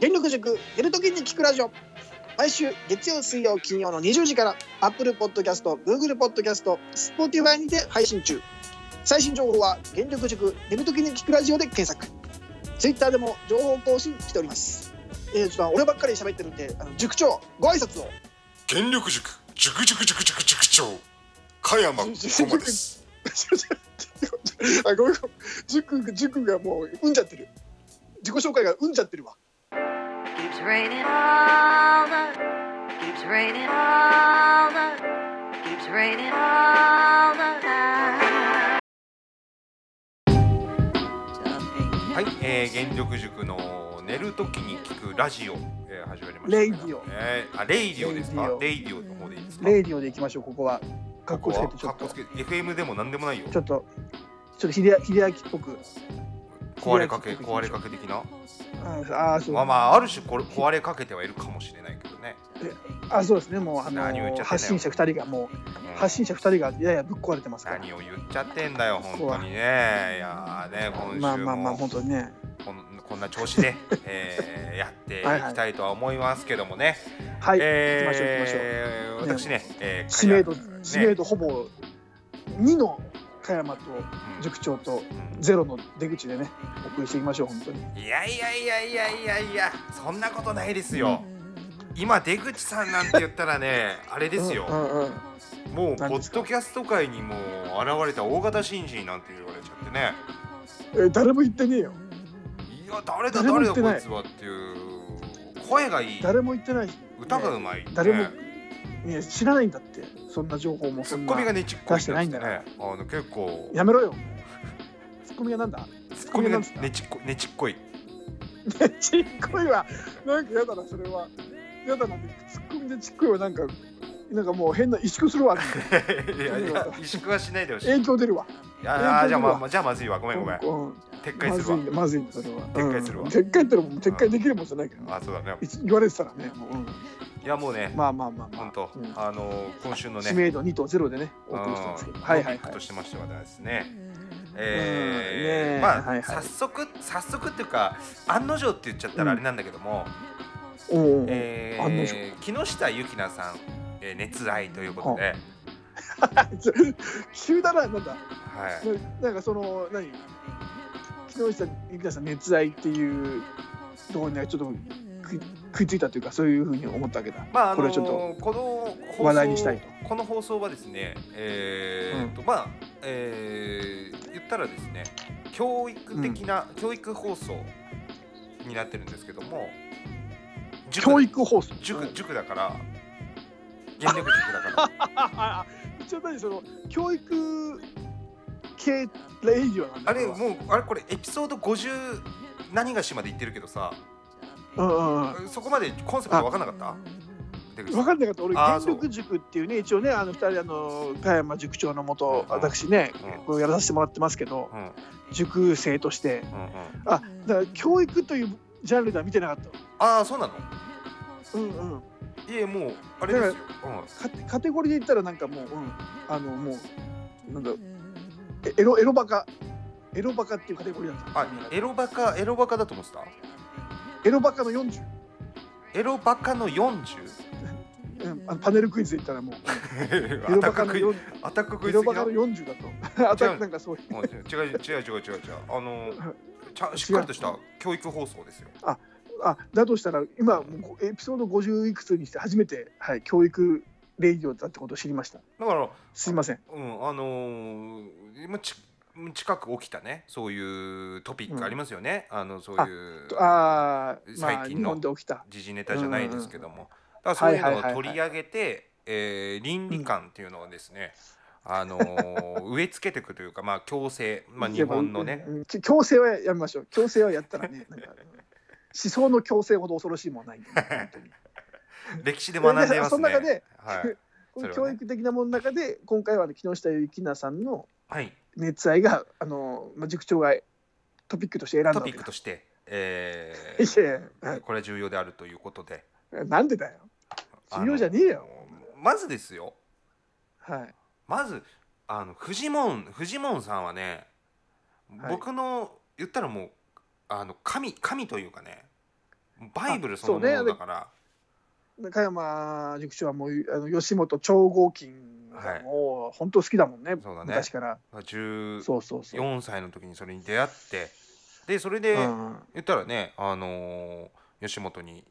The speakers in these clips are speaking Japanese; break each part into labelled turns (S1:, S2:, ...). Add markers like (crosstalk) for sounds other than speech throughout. S1: 電力塾寝るときに聞くラジオ毎週月曜水曜金曜の20時から Apple Podcast、Google Podcast、Spotify にて配信中最新情報は電力塾寝るときに聞くラジオで検索 Twitter でも情報更新しておりますえー、ちょっと俺ばっかり喋ってるんであの塾長ご挨 (laughs) 拶を
S2: 原力塾塾塾塾塾塾長加山小馬です
S1: あごめんごめん塾塾がもううんじゃってる自己紹介がうんじゃってるわ
S3: Keeps raining all the keeps raining all the keeps raining all the time.
S4: はい、えー、原力塾の寝るときに聞くラジオ、えー、始まりましたけど。
S1: レイディオ
S4: えー、あ、レイディオですか？レ
S1: レ
S4: イディオの方でいいですか？
S1: レイディオで行きましょうここは格好つけ
S4: は
S1: てちょっ
S4: 格好つ
S1: と
S4: け FM でもなんでもないよ。
S1: ちょっとちょっと秀秀明っぽく
S4: 壊れかけ壊れかけ的な。
S1: ああそう、
S4: まあまあある種これ壊れかけてはいるかもしれないけどね。
S1: あそうですねもうあの
S4: 何を言っちゃってんだよ
S1: 発信者二人がも
S4: うん
S1: う発信者二人がややぶっ壊れてますから
S4: 何を言っちゃってんだよ本当にね。いやーね今週も
S1: まあまあまあ本当にね
S4: こんこんな調子で、 (laughs) えー、やっていきたいとは思いますけどもね。
S1: はい、行きましょう行きましょう
S4: えー、私ね、えー、
S1: 知名度
S4: 加山
S1: 知名度ほぼ二の加山と
S4: うん
S1: 塾長と
S4: うん
S1: ゼロの出口でねお送りしていきましょう本当に
S4: いやいやいやいやいやいやそんなことないですよ、今出口さんなんて言ったらね (laughs) あれですよ、
S1: うんうんうん
S4: もうポ
S1: 何です
S4: ッ
S1: か
S4: ドキャスト界にもう現れた大型新人なんて言われちゃってね
S1: え誰も言ってねえよ
S4: いや誰だ
S1: 誰も
S4: 誰だこ
S1: 言ってない
S4: いつはっていう声がいい
S1: 誰も言ってないし
S4: 歌がうまい、ね、
S1: 誰もね知らないんだってそんな情報も
S4: ツ
S1: そん
S4: ッ
S1: な
S4: コミがねちっこい
S1: 出してないんだ
S4: ね
S1: な
S4: あの結構
S1: やめろよツッコミがなんだ (laughs)
S4: ツッコミが
S1: ツッコミなんですか
S4: ねちっこねちっこい
S1: ちっこいはなんかやだなそれはやだなツッコミでちっこいはなんかなんかもう変な萎縮するわ
S4: いやいや萎縮はしないでほしい
S1: 影響出るわ
S4: いやあーじゃあまあじゃあまずいわ (laughs) ごめんごめん
S1: うん
S4: 撤回
S1: ます
S4: る
S1: ずい
S4: わ
S1: んだまずいんだそれは
S4: 撤回するわ
S1: うん撤回ってのも撤回できるもんじゃないけどね
S4: あそうだね
S1: いつ言われてたらねもううん
S4: いやもうね
S1: まあまあまあまあ
S4: 本当、
S1: うん
S4: あの今週のね
S1: 知名度2と0でねお送りしてますけど
S4: うん
S1: はいはい
S4: トピック
S1: はい
S4: としてましてはですね、えー
S1: ねえ
S4: まあ、
S1: はいはい
S4: 早速早速っていうか案の定って言っちゃったらあれなんだけども、
S1: おうおう
S4: えー
S1: 案の定
S4: 木下ゆきなさん、えー熱愛ということで、
S1: ちょ急だななんだ
S4: はい、
S1: ななんかその何木下ゆきなさん熱愛っていうところにはちょっとく食いついたというかそういうふうに思ったわ
S4: (laughs)
S1: けだ、
S4: まああ
S1: こ
S4: の
S1: れ
S4: ー
S1: はちょっと
S4: この放送
S1: 話題にしたい
S4: この放送はですねえーっと、まあ、えー言ったらですね教育的な、教育放送になってるんですけども塾
S1: 教育放送う
S4: 塾
S1: ん
S4: 塾だから原力塾だ
S1: (laughs)
S4: から
S1: あああ一応何その教育系レイディオなんだ
S4: あれ
S1: こ
S4: もうあれこれエピソード50何がしまで言ってるけどさ
S1: れはうんうんうん
S4: そこまでコンセプト分かんなかった出口さ
S1: 分かんなかった俺
S4: あー
S1: 原力塾っていうね一応ねあの二人あの加山塾長のもと
S4: うんうん
S1: 私ね
S4: うん
S1: これやらさせてもらってますけど
S4: うんうん
S1: 塾生として
S4: うん、
S1: あだから教育というジャンルでは見てなかったわ
S4: ああそうなの
S1: うんうん
S4: いえもうあれですよ、
S1: カテカテゴリーで言ったらなんかもう、うん、あのもうなんだろうえエロエロバカエロバカっていうカテゴリーだった
S4: うん、あエロバカエロバカだと思ってた
S1: エロバカの40、
S4: エロバカの
S1: (laughs)
S4: 40?
S1: うん、あのパネルクイズで言ったらもうエ
S4: ア
S1: ロ
S4: タッ
S1: バカ
S4: ク食
S1: の
S4: い
S1: 40
S4: アタック食
S1: エ
S4: いす
S1: ロ
S4: ぎ
S1: バ
S4: だ
S1: カの
S4: も
S1: 40だとあたなんかそういう
S4: う違う違う違う違う違うあのーちゃんしっかりとした教育放送ですよ
S1: あだとしたら今もうエピソード50いくつにして初めて、はい、教育レイディオだってことを知りました
S4: だから
S1: すいません
S4: うん、あのー今ち近く起きたねそういうトピックありますよね、あのそういう
S1: あー、まあ、
S4: 最
S1: 日
S4: 近の
S1: 本で起きた
S4: 時事ネタじゃないですけども、だからそういう
S1: はい
S4: の
S1: はいはい
S4: を
S1: はい
S4: 取り上げてえー倫理観っていうのをですね、あのー植え付けていくというかまあ強制、まあ、日本のね
S1: うんうんち強制はやめましょう強制はやったらねなんか思想の強制ほど恐ろしいもんはないんでね本当に
S4: 歴史で学んでいます
S1: その中
S4: ね
S1: で。
S4: はい、
S1: (laughs) こ
S4: それは
S1: の
S4: ね
S1: 教育的なものの中で今回はね木下ゆきなさんの
S4: はい、
S1: 熱愛があの、まあ、塾長がトピックとして選ん
S4: (laughs)
S1: だ
S4: ト
S1: わ
S4: ピ
S1: け
S4: ック
S1: だ
S4: として、え
S1: い
S4: ー
S1: やいや
S4: これは重要であるということで
S1: なんでだよ重要じゃねえよ
S4: あのまずですよ
S1: はい
S4: まずあのフジモンフジモンさんはね、
S1: はい
S4: 僕の言ったらもうあの神神というかねバイブルそのものだから、
S1: 中山塾長はもうあの吉本超合金がもう本当好きだもんね、
S4: そうだね
S1: 昔から
S4: まあ14
S1: そうそうそう、
S4: 歳の時にそれに出会ってでそれで
S1: うん、
S4: 言ったらね、あのー吉本に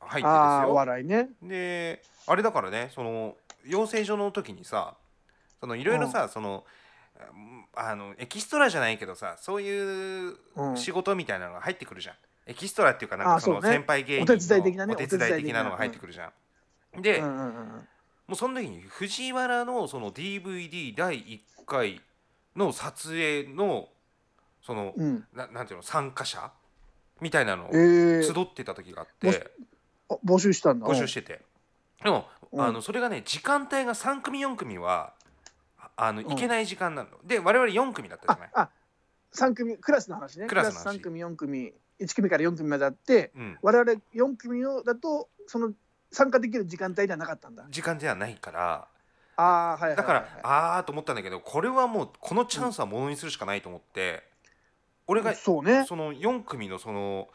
S4: 入って
S1: ああーお
S4: で
S1: 笑いね
S4: すよであれだからねその養成所の時にさそのいろいろさ、そのうんあのエキストラじゃないけどさそういう
S1: うん
S4: 仕事みたいなのが入ってくるじゃん、エキストラっていうかなんかそ
S1: あ
S4: の
S1: そうね
S4: 先輩芸人の
S1: お手伝い的なね
S4: お手伝い的なのが入ってくるじゃん、で、
S1: うん
S4: も
S1: うんうん
S4: うその時に藤原のその DVD 第1回の撮影のその、
S1: うん
S4: ななんていうの参加者みたいなのを
S1: えー
S4: 集ってた時があっ、
S1: もしてあ募集したんだ
S4: 募集しててでも、
S1: うん
S4: あのそれがね時間帯が3組4組はああの
S1: ん
S4: 行けない時間なの、で我々4組だったじゃない
S1: あ、あ三組クラスの話ね
S4: ク
S1: ク
S4: ラ
S1: ラ
S4: スの
S1: ス
S4: 話
S1: 三組四組一組から四組まであって
S4: うん、
S1: 我々四組のだとその参加できる時間帯ではなかったんだ
S4: 時間ではないから
S1: ああはいはいはいはい
S4: だから、ああと思ったんだけどこれはもうこのチャンスはものにするしかないと思って、俺が
S1: そうね
S4: その4組のその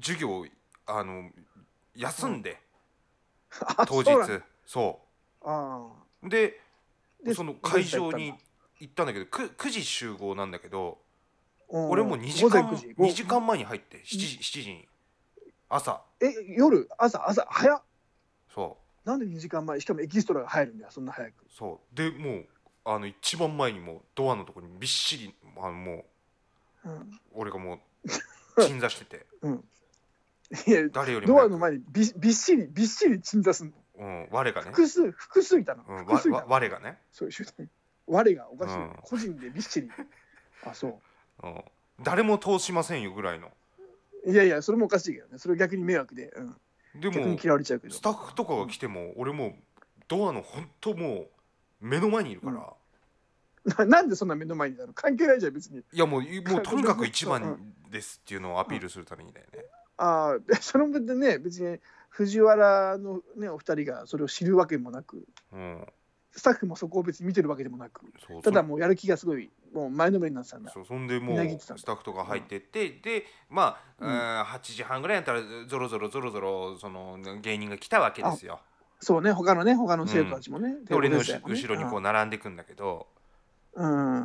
S4: 授業をあの休んで、
S1: あ
S4: 当
S1: そ
S4: 日
S1: うなんだ
S4: そ
S1: あ
S4: うで
S1: ーで
S4: その会場
S1: 行
S4: に
S1: ったんだ
S4: 行ったんだけど 9, 9時集合なんだけど
S1: うん
S4: 俺もう2時間
S1: 午前9
S4: ,2 時間前に入って7時 ,7 時に朝
S1: え夜朝朝早っ
S4: そ
S1: なんで2時間前しかもエキストラが入るんだよそんな早く
S4: うそうでもうあの一番前にもうドアのとこにびっしりあのも
S1: うん
S4: う俺がもう鎮座してて (laughs)
S1: いや
S4: 誰よりも
S1: ドア
S4: 早く
S1: の前にびびっしりびっしり鎮座すんの
S4: うん、我がね、
S1: 複数複数いたの
S4: うん、
S1: 複
S4: わ
S1: 数いた
S4: わ
S1: の
S4: 我がね、
S1: そういう集団我がおかしい、
S4: うん
S1: 個人でびっしりあそ
S4: うん、誰も通しませんよぐらいの
S1: ういやいやそれもおかしいけどねそれ逆に迷惑で、うん、
S4: で
S1: 逆
S4: も
S1: に嫌われちゃうけど
S4: スタッフとかが来ても俺もうドアのほんともう目の前にいるから、
S1: うんななんでそんな目の前にいたの関係ないじゃん別に
S4: いやもういもうとにかく一
S1: う
S4: 番ですっていうのをアピールするためにだよね。
S1: ああ (laughs) その分でね別に藤原のねお二人がそれを知るわけもなく
S4: うん、
S1: スタッフもそこを別に見てるわけでもなく
S4: そう
S1: ただもうやる気がすごいもう前のめりになってたんだ
S4: そそうそんでもう
S1: みなぎってたんだ
S4: スタッフとか入ってって、でまあ、
S1: うん
S4: えー8時半ぐらいやったらぞろぞろぞろぞろその芸人が来たわけですよ。
S1: そうね他のね他の生徒たちもね、
S4: で俺の
S1: 手
S4: 後
S1: を振る
S4: 後ろにこう並んでくんだけど、
S1: うん、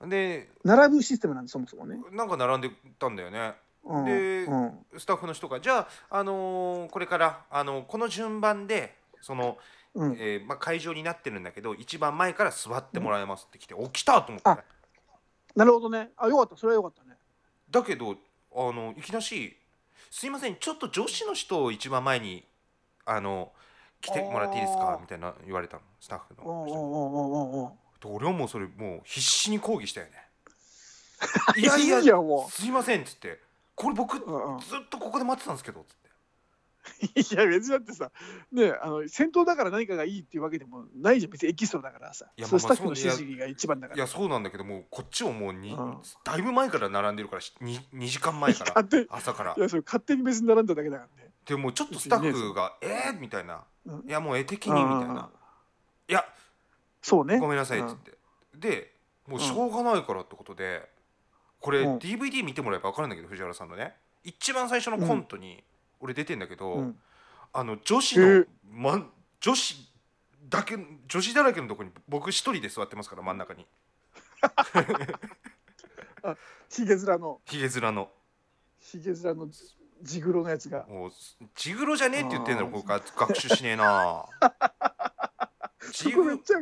S1: うん、
S4: で
S1: 並ぶシステムなんでそもそもね、
S4: なんか並んでたんだよね。
S1: うん、
S4: で
S1: うん
S4: スタッフの人がじゃあ、あのーこれから、あのこの順番でその、
S1: うん、
S4: えーまあ、会場になってるんだけど一番前から座ってもらえますって来て「お来た!」と思って。
S1: あなるほどね。あ、よかった。それはよかったね。
S4: だけどあのいきなし「すいませんちょっと女子の人を一番前にあの来てもらっていいです
S1: あ
S4: か
S1: ー」
S4: みたいな言われたのスタッフ
S1: おうお
S4: の人
S1: う
S4: に
S1: おう (laughs) おうおう。
S4: で俺はもうそれもう必死に抗議したよね
S1: いやいやいやも
S4: すいません」っつって「これ僕ず
S1: う。うんうん、い
S4: っとここで待ってたんですけど」っつって
S1: や別にだってさ、ねあの先頭だから何かがいいっていうわけでもないじゃん。別にエキストラだからさ。
S4: いや
S1: その
S4: ま
S1: ス
S4: あ
S1: タ
S4: まあ
S1: ッフの指示が一番だか
S4: いや
S1: ら。
S4: そうなんだけどもうこっちをもうに、
S1: うん
S4: だいぶ前から並んでるから 2, 2時間前
S1: (laughs)
S4: から
S1: 勝手に
S4: 朝から
S1: いやそれ勝手に別に並んだだけだからね。
S4: でもうちょっとスタッフが「えー?」みたいな
S1: う
S4: 「
S1: ん
S4: いやもう絵的に」みたい
S1: うんうんう
S4: なん「いや
S1: そうね。
S4: ごめんなさい」っつって、でもうしょうがないからってことで、これ
S1: うん
S4: DVD 見てもらえば分かるんだけど藤原さんのね一番最初のコントに俺出てんだけど、
S1: うん。
S4: あの女子の、
S1: えー
S4: まん、女子だけ女子だらけのとこに僕一人で座ってますから真ん中に
S1: ヒゲ面の
S4: ひげ面の
S1: ヒゲ面のジグロのやつが。
S4: もうジグロじゃねえって言ってんだろ
S1: あー
S4: 僕は学習しねえ
S1: (laughs)
S4: な
S1: そ
S4: ジ
S1: こめっ
S4: グ
S1: ちゃ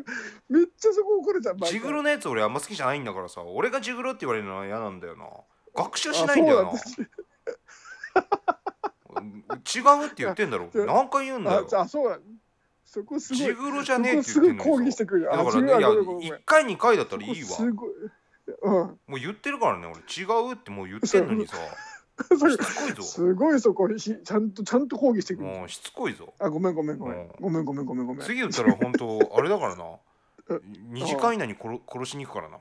S1: めっちゃそこ怒るじゃん。毎回
S4: ジグロのやつ俺あんま好きじゃないんだからさ俺がジグロって言われるのは嫌なんだよな学習しないんだよな
S1: あそう
S4: うん違うって言ってんだろ
S1: いや
S4: 何回言うんだよ
S1: ああそうだ。そこすごい。
S4: ジグロじゃねえ
S1: そ
S4: って
S1: こす
S4: 言って
S1: ごい
S4: んの
S1: 抗
S4: に
S1: 議し
S4: さ
S1: てくる。
S4: だか
S1: ジ
S4: ら
S1: グ
S4: ね
S1: ロ
S4: いや
S1: ごめんごめんごめん
S4: 1回2回だったらいいわ
S1: そこすごい。うん。
S4: もう言ってるからね俺違うってもう言ってんのにさ
S1: そ
S4: し
S1: れ
S4: つこいぞ
S1: (laughs) すごいそこひちゃんとちゃんと抗議してくる。
S4: もうしつこいぞ
S1: あごめんごめんごめ
S4: うん
S1: んごめんごめんごめんごめん。
S4: 次言ったら本当あれだからな2時間以内に殺殺しに行くからな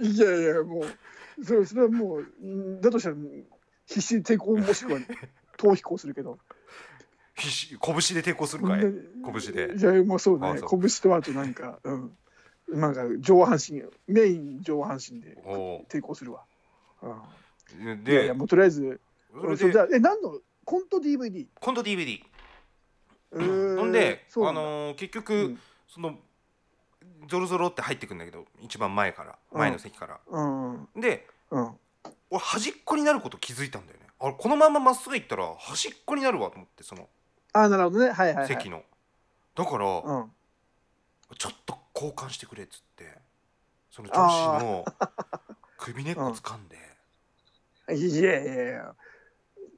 S4: い
S1: やいやもうそれそれはもうんだとしたら必死に抵抗もしくは逃避行するけど。
S4: 必死拳で抵抗するかい拳で
S1: いやもうそう
S4: あ
S1: ね
S4: そ
S1: 拳とあとなんかうんなんか上半身メイン上半身で
S4: お
S1: 抵抗するわ。うん
S4: う
S1: いやいや
S4: で
S1: もうとりあえず
S4: それ
S1: そうじ
S4: で
S1: ゃあえ何のコント DVD
S4: コント DVD
S1: うー
S4: ほんで、
S1: そうな
S4: あ
S1: んだ
S4: のー結局、
S1: うん
S4: そのゾロゾロって入ってくんだけど一番前から
S1: うん
S4: 前の席から、
S1: うん
S4: で
S1: うん
S4: 俺端っこになること気づいたんだよねあれこのまままっすぐ行ったら端っこになるわと思ってその
S1: あなるほどねはいはい、はい、
S4: 席の、だから、
S1: うん
S4: ちょっと交換してくれっつってその女子
S1: (laughs)
S4: の首根っこ掴んで、
S1: いやいやいや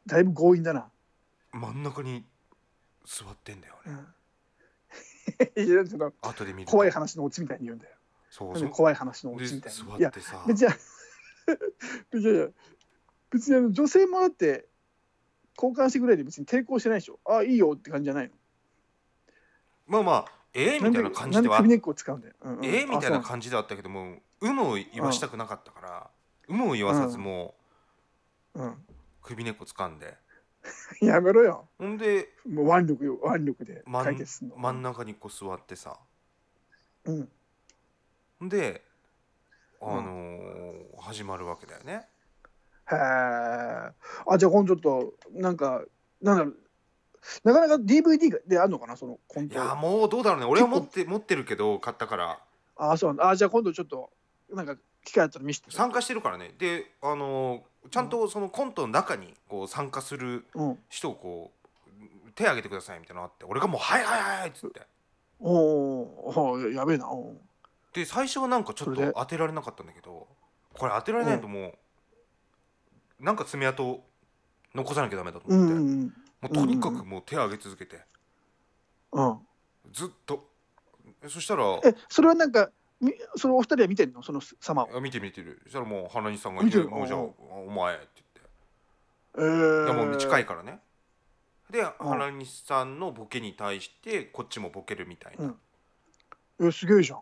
S1: だいぶ強引だな、
S4: 真ん中に座ってんだよ
S1: う
S4: ね、
S1: ん (laughs) いやちょっと
S4: 後で見ると
S1: 怖い話のオチみたいに言うんだよ
S4: そう
S1: なん
S4: そ
S1: で
S4: う
S1: 怖い話のオ
S4: で
S1: チみたい
S4: 座
S1: にい
S4: っ
S1: や
S4: てさ
S1: 別に (laughs) いやいや別にあの女性もだって交換してくれで別に抵抗してないでしょあいいよって感じじゃないの
S4: まあまあえー、みたいな感じ
S1: ん
S4: で
S1: で
S4: はあっ
S1: 首根っこを使うんだよ、うんうん
S4: えーみたいな
S1: あ
S4: 感じだったけどもう有無を言わしたくなかったから有無を言わさず
S1: うん
S4: も
S1: そううん
S4: う首根っこ掴んで
S1: (laughs) やめろよ
S4: ほんで
S1: もう腕力よ腕力で
S4: 真ん
S1: 解決するの、
S4: 真ん中にこう座ってさ
S1: うん
S4: ほんであ
S1: うん
S4: のー始まるわけだよね
S1: へえあじゃあ今度ちょっとなんかなんだろうなかなか DVD がであるのかなそのコン
S4: い
S1: ト
S4: やもうどうだろうね俺は持って持ってるけど買ったから
S1: あそうなんだあじゃあ今度ちょっとなんか機会あったら見せて
S4: 参加してるからねであのーちゃんとそのコントの中にこう参加する
S1: うんおう
S4: 人をこう手挙げてくださいみたいなのあって俺がもう「はいはいはい」っつって
S1: おうおうやべえなおう
S4: で最初はなんかちょっ
S1: それ
S4: と
S1: で
S4: 当てられなかったんだけどこれ当てられないともうなんか爪痕残さなきゃダメだと
S1: う
S4: 思っ
S1: んう
S4: て、もうと
S1: ん
S4: にか
S1: うんうん
S4: くもう手を挙げ続けて
S1: うんうん
S4: ずっとそしたら
S1: えそれはなんかみそれお二人は見てんのその様を
S4: あ見て見てるそしたらもう花井さんが「い
S1: 見て
S4: や
S1: る
S4: もうじゃあ
S1: うん
S4: お前」って
S1: え
S4: 言っ
S1: ー、
S4: ていやもう近いからねで
S1: ん
S4: 花井さんのボケに対してこっちもボケるみたいな、
S1: う
S4: うん
S1: いやすげえじゃん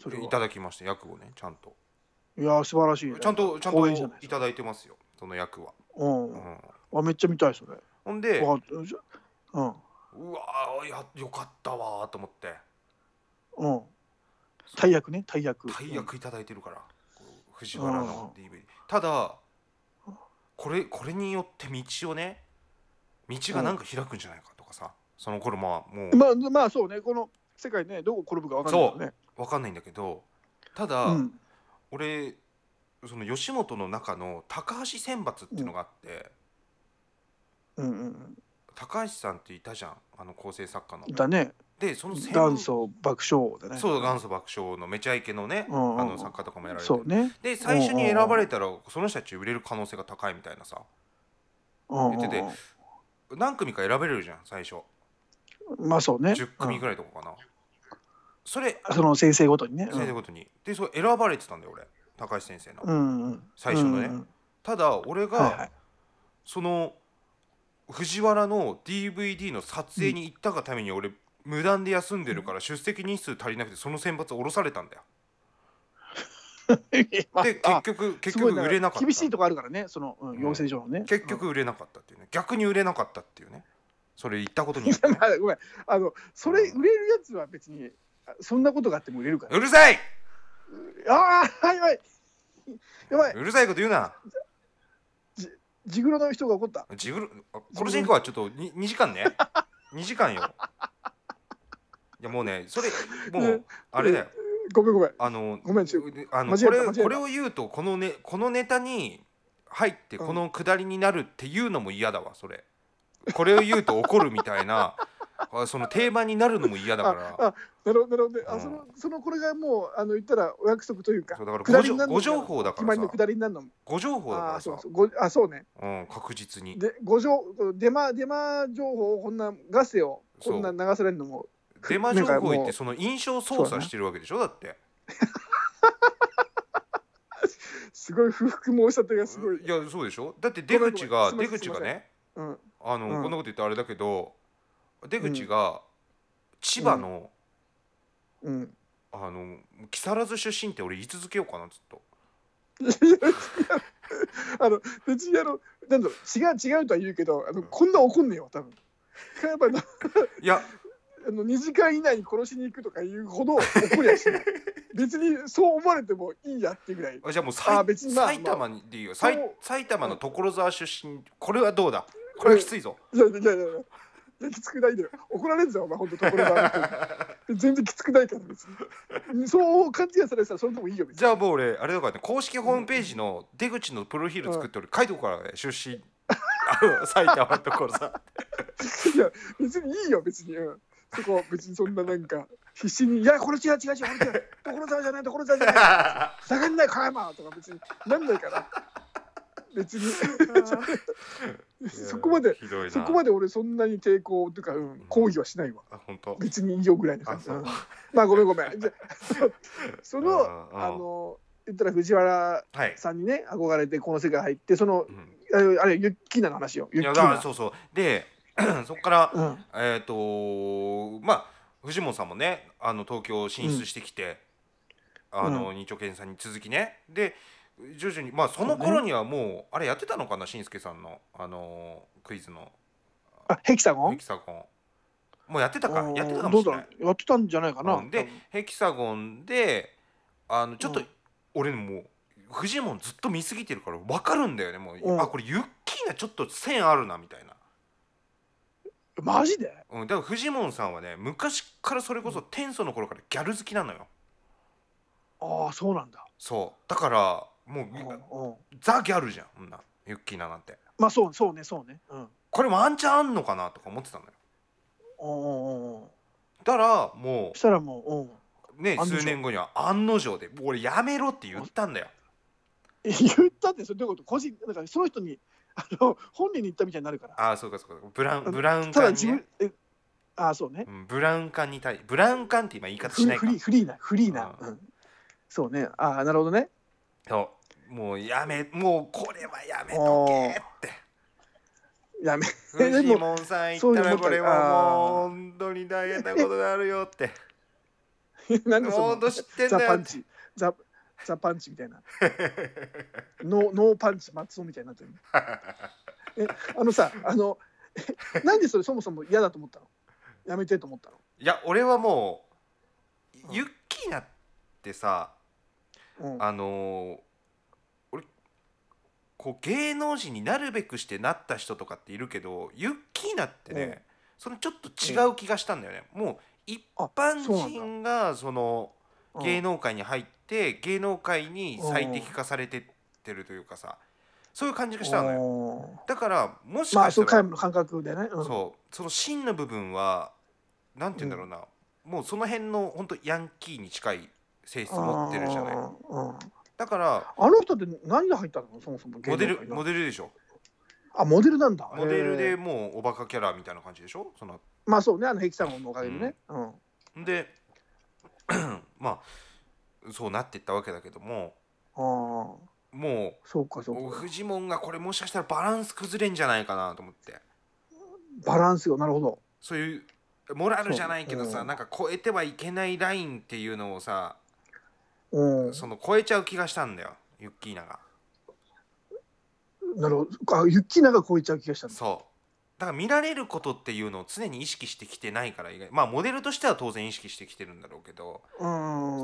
S1: それ
S4: ん、
S1: はい
S4: ただきました役をねちゃんと
S1: いや素晴らしいね
S4: ちゃんとちゃん
S1: 光栄じゃ
S4: と
S1: ない
S4: いただいてますよその役は、
S1: うん
S4: うん、
S1: あめっちゃ見たいそれ
S4: ほんで
S1: わかったじゃうん
S4: うわーやよかったわーと思って
S1: うん大役ね大役
S4: 大役いただいてるから、こう藤原の DVD ただこれこれによって道をね道がなんか開くんじゃないかとかさその頃まあも
S1: うん
S4: う
S1: まあまあそうねこの世界ねどこ転ぶかわかんないからね
S4: 分かんないんだけどただ、
S1: うん
S4: 俺その吉本の中の高橋選抜っていうのがあって、
S1: うんうん
S4: 高橋さんっていたじゃんあの構成作家の
S1: うん。だね
S4: でその選
S1: 元祖爆笑だね
S4: そう元祖爆笑のめちゃイケのね、
S1: うんうんうん
S4: あの作家とかもやられて
S1: そ
S4: る
S1: うね
S4: で最初に選ばれたらその人たち売れる可能性が高いみたいなさ
S1: 言
S4: 言ってて何組か選べれるじゃん最初
S1: まあそうね
S4: 10組ぐ
S1: らい
S4: らいとかかなそれ
S1: その先生ごとにね
S4: 先生ごとにでそれ選ばれてたんだよ俺高橋先生の
S1: うんうん
S4: 最初の
S1: うんう
S4: ね
S1: ん
S4: ただ俺
S1: はいは
S4: が
S1: い
S4: その藤原の DVD の撮影に行ったがために俺無断で休んでるから出席日数足りなくてその選抜降ろされたんだよ
S1: (laughs)
S4: で
S1: あ
S4: 結局結
S1: すごい
S4: 局売れなかった
S1: 厳しいとこあるからねそのうん養成所のね
S4: 結局売れなかったっていうね逆に売れなかったっていうねそれ言ったことに
S1: い
S4: よ
S1: や (laughs)
S4: ってね
S1: ま (laughs) あごめんあのそれ売れるやつは別にあそんなことがあっても売れるから
S4: うるさい
S1: ああはいはいやばいう
S4: るさいこと言うな
S1: ジグロの人が怒った
S4: ジグルあコルシンコはちょっと 2, 時間ね2時間よいやもうねそれもうあれだよ
S1: ごめんごめん
S4: あの
S1: ごめんちょ
S4: あの
S1: 間違え
S4: これ
S1: た間違えた
S4: これを言うとこのねこのネタに入って
S1: うん
S4: このくだりになるっていうのも嫌だわそれこれを言うと怒るみたいな (laughs) あその定番になるのも嫌だから
S1: (laughs) あなるほどなるほどね、
S4: うん
S1: あそのそのこれがもうあの言ったらお約束というか
S4: そうだから
S1: 下りになるの
S4: ご情報だか
S1: 決
S4: ら
S1: ま
S4: さ
S1: りの下りになるのも
S4: ご情報だか
S1: ああ
S4: ら
S1: そう
S4: さ
S1: そうごあそうね
S4: うん確実に
S1: でご情デマデマ情報をこんなガセをこんな流されるのも
S4: デマ情
S1: なん
S4: 報
S1: か
S4: 言っ
S1: も
S4: て
S1: う
S4: その印象操
S1: そうだ
S4: 作
S1: ね
S4: してるわけでしょだって
S1: すごい不服申し立てがすごい
S4: い、やそうでしょだって出口が
S1: ごめ
S4: 出
S1: んごめんす
S4: 口
S1: いま
S4: が
S1: せん
S4: ね
S1: うん、
S4: あの、
S1: うん
S4: こんなこと言ってあれだけど出口が千葉の、
S1: うん、
S4: あの木更津出身って俺言い続けようかなずっと
S1: (laughs) あの別にあのなんだろう違う違うとは言うけどあのこんな怒んねえよ多分やっぱり
S4: いや
S1: あの2時間以内に殺しに行くとかいうほど怒りはし (laughs) ない別にそう思われてもいいやってぐらい
S4: あじゃあもうさい
S1: あ別にまあ
S4: 埼玉にでいいよ、さい
S1: そう
S4: 埼玉の所沢出身これはどうだこれはきついぞ。
S1: いやいやいやいやきつくないんだよ怒られるぞお前本当ところ (laughs) が全然きつくないから別にそう勘違いされてたらそれでもいいよ別
S4: じゃあもう俺あれだからね公式ホームページの出口のプロフィール作って俺書いとくからね出身あの埼玉のところさ
S1: にいや別にいいよ別に、うん、そこ別にそんななんか必死に「いやこれ違う違う違うこれ違う所沢じゃない所沢じゃない」ふざけんなよ加山とか別になんないから別に (laughs) そこまで
S4: ひどいな
S1: そこ
S4: で
S1: まで俺そんなに抵抗というか、うん、抗議はしないわ
S4: あ本当
S1: 別にいいよぐらいの感じ
S4: あそう
S1: うんまあごめんごめんじゃ
S4: (laughs)
S1: その
S4: あーあ
S1: あ
S4: ー
S1: の言ったら藤原
S4: はい、
S1: さんにね憧れてこの世界入ってその
S4: うん
S1: あれあれユッキーナの話よユ
S4: いや
S1: ッキ
S4: だ
S1: ー
S4: か
S1: ナ
S4: らそうそうで (clears throat) そっから、
S1: うん
S4: えっ、とまあ藤本さんもねあの東京進出してきて、あの二丁拳さんに続きねで徐々にまあその頃にはもうあれやってたのかなしんすけさんのあのクイズの
S1: あヘキサゴ
S4: ヘ
S1: ン
S4: キサゴンもうやってたか
S1: うん
S4: やってたかもしれない
S1: どうだろうやってたんじゃないかな、
S4: うんでヘキサゴンであのちょっと、
S1: うん
S4: 俺もうフジモンずっと見すぎてるから分かるんだよねもう、
S1: うん
S4: あこれユッキーナちょっと線あるなみたいな、
S1: マジで
S4: うん、だからフジモンさんはね昔からそれこそ天祖の頃からギャル好きなのよ
S1: ああそうなんだ、
S4: そうだからもう、
S1: うんうん
S4: ザ・ギャルじゃんこんなユッキーナなんて
S1: まあそうそうねそうねうん
S4: これワンチャンあんのかなとか思ってたのよ
S1: うんうんうんうん
S4: だからも
S1: そしたらもう、
S4: う
S1: うん、 (laughs)
S4: ね
S1: 案の定
S4: 数年後には案の定で俺やめろって言ったんだよ
S1: 言ったってそれどういうこと個人なんかその人に (laughs) あの本人に言ったみたいになるから
S4: ああそうかそうかブラウン
S1: あ
S4: ブラウン
S1: ただ
S4: 管
S1: 自
S4: に、ね
S1: 分、えああそうね
S4: うん、ブラウン管に対ブラウン管って今言い方
S1: フ
S4: し
S1: リ
S4: ない
S1: ー
S4: か
S1: フリーフリーなフリーな、
S4: う
S1: うんんそうねああなるほどね
S4: そうもうやめもうこれはやめとけって
S1: やめえで
S4: フ
S1: も
S4: ジモンさん言った
S1: そういう
S4: ら
S1: の
S4: これ
S1: あ
S4: は
S1: ー
S4: もう本当に大変なことになるよって
S1: なんで (laughs) そ
S4: 本
S1: の
S4: 当知ってん
S1: ザ
S4: だ
S1: パ
S4: よ
S1: ンチザザパンチみたいなノーノーパンチ松尾みたいになってるえあのさあのえなんでそれそもそも嫌だと思ったのやめてと思ったの
S4: いや俺はもう、
S1: うん
S4: ユッキーナってさ
S1: うん
S4: あのー俺こう芸能人になるべくしてなった人とかっているけどユッキーナってね、
S1: うん
S4: そのちょっと違う気がしたんだよね、もう一
S1: あ
S4: 般
S1: そうなんだ
S4: 人がその
S1: うん
S4: 芸能界に入って芸能界に最適化されてってるというかさそういう感じがしたのよ
S1: お
S4: だからもし
S1: ーまあ
S4: か
S1: そ
S4: し
S1: う
S4: たら
S1: 皆無の感覚でね、うん、
S4: そうその真の部分はなんて言うんだろうなもうその辺の本当ヤンキーに近い性質持ってるじゃない
S1: うんうん
S4: だから
S1: あの人って何で入ったのそもそも
S4: モデル
S1: 芸能界の
S4: モデルでしょ
S1: あモデルなんだ
S4: モデル
S1: へ
S4: で
S1: ー
S4: もうおバカキャラみたいな感じでしょその
S1: まあそうねあのヘキサゴンのおかげでね、うん
S4: で (clears throat) まあそうなっていったわけだけども
S1: ああ
S4: も
S1: そうかそううか
S4: フジモンがこれもしかしたらバランス崩れんじゃないかなと思って
S1: バランスよなるほど
S4: そういうモラルじゃないけど
S1: そう
S4: さ
S1: うん
S4: なんか超えてはいけないラインっていうのをさ
S1: うん
S4: その超えちゃう気がしたんだよユッキーナが。
S1: なるほどあユッキーナが超えちゃう気がしたんだ
S4: そうだから見られることっていうのを常に意識してきてないから意外まあモデルとしては当然意識してきてるんだろうけど、
S1: う
S4: そ
S1: ん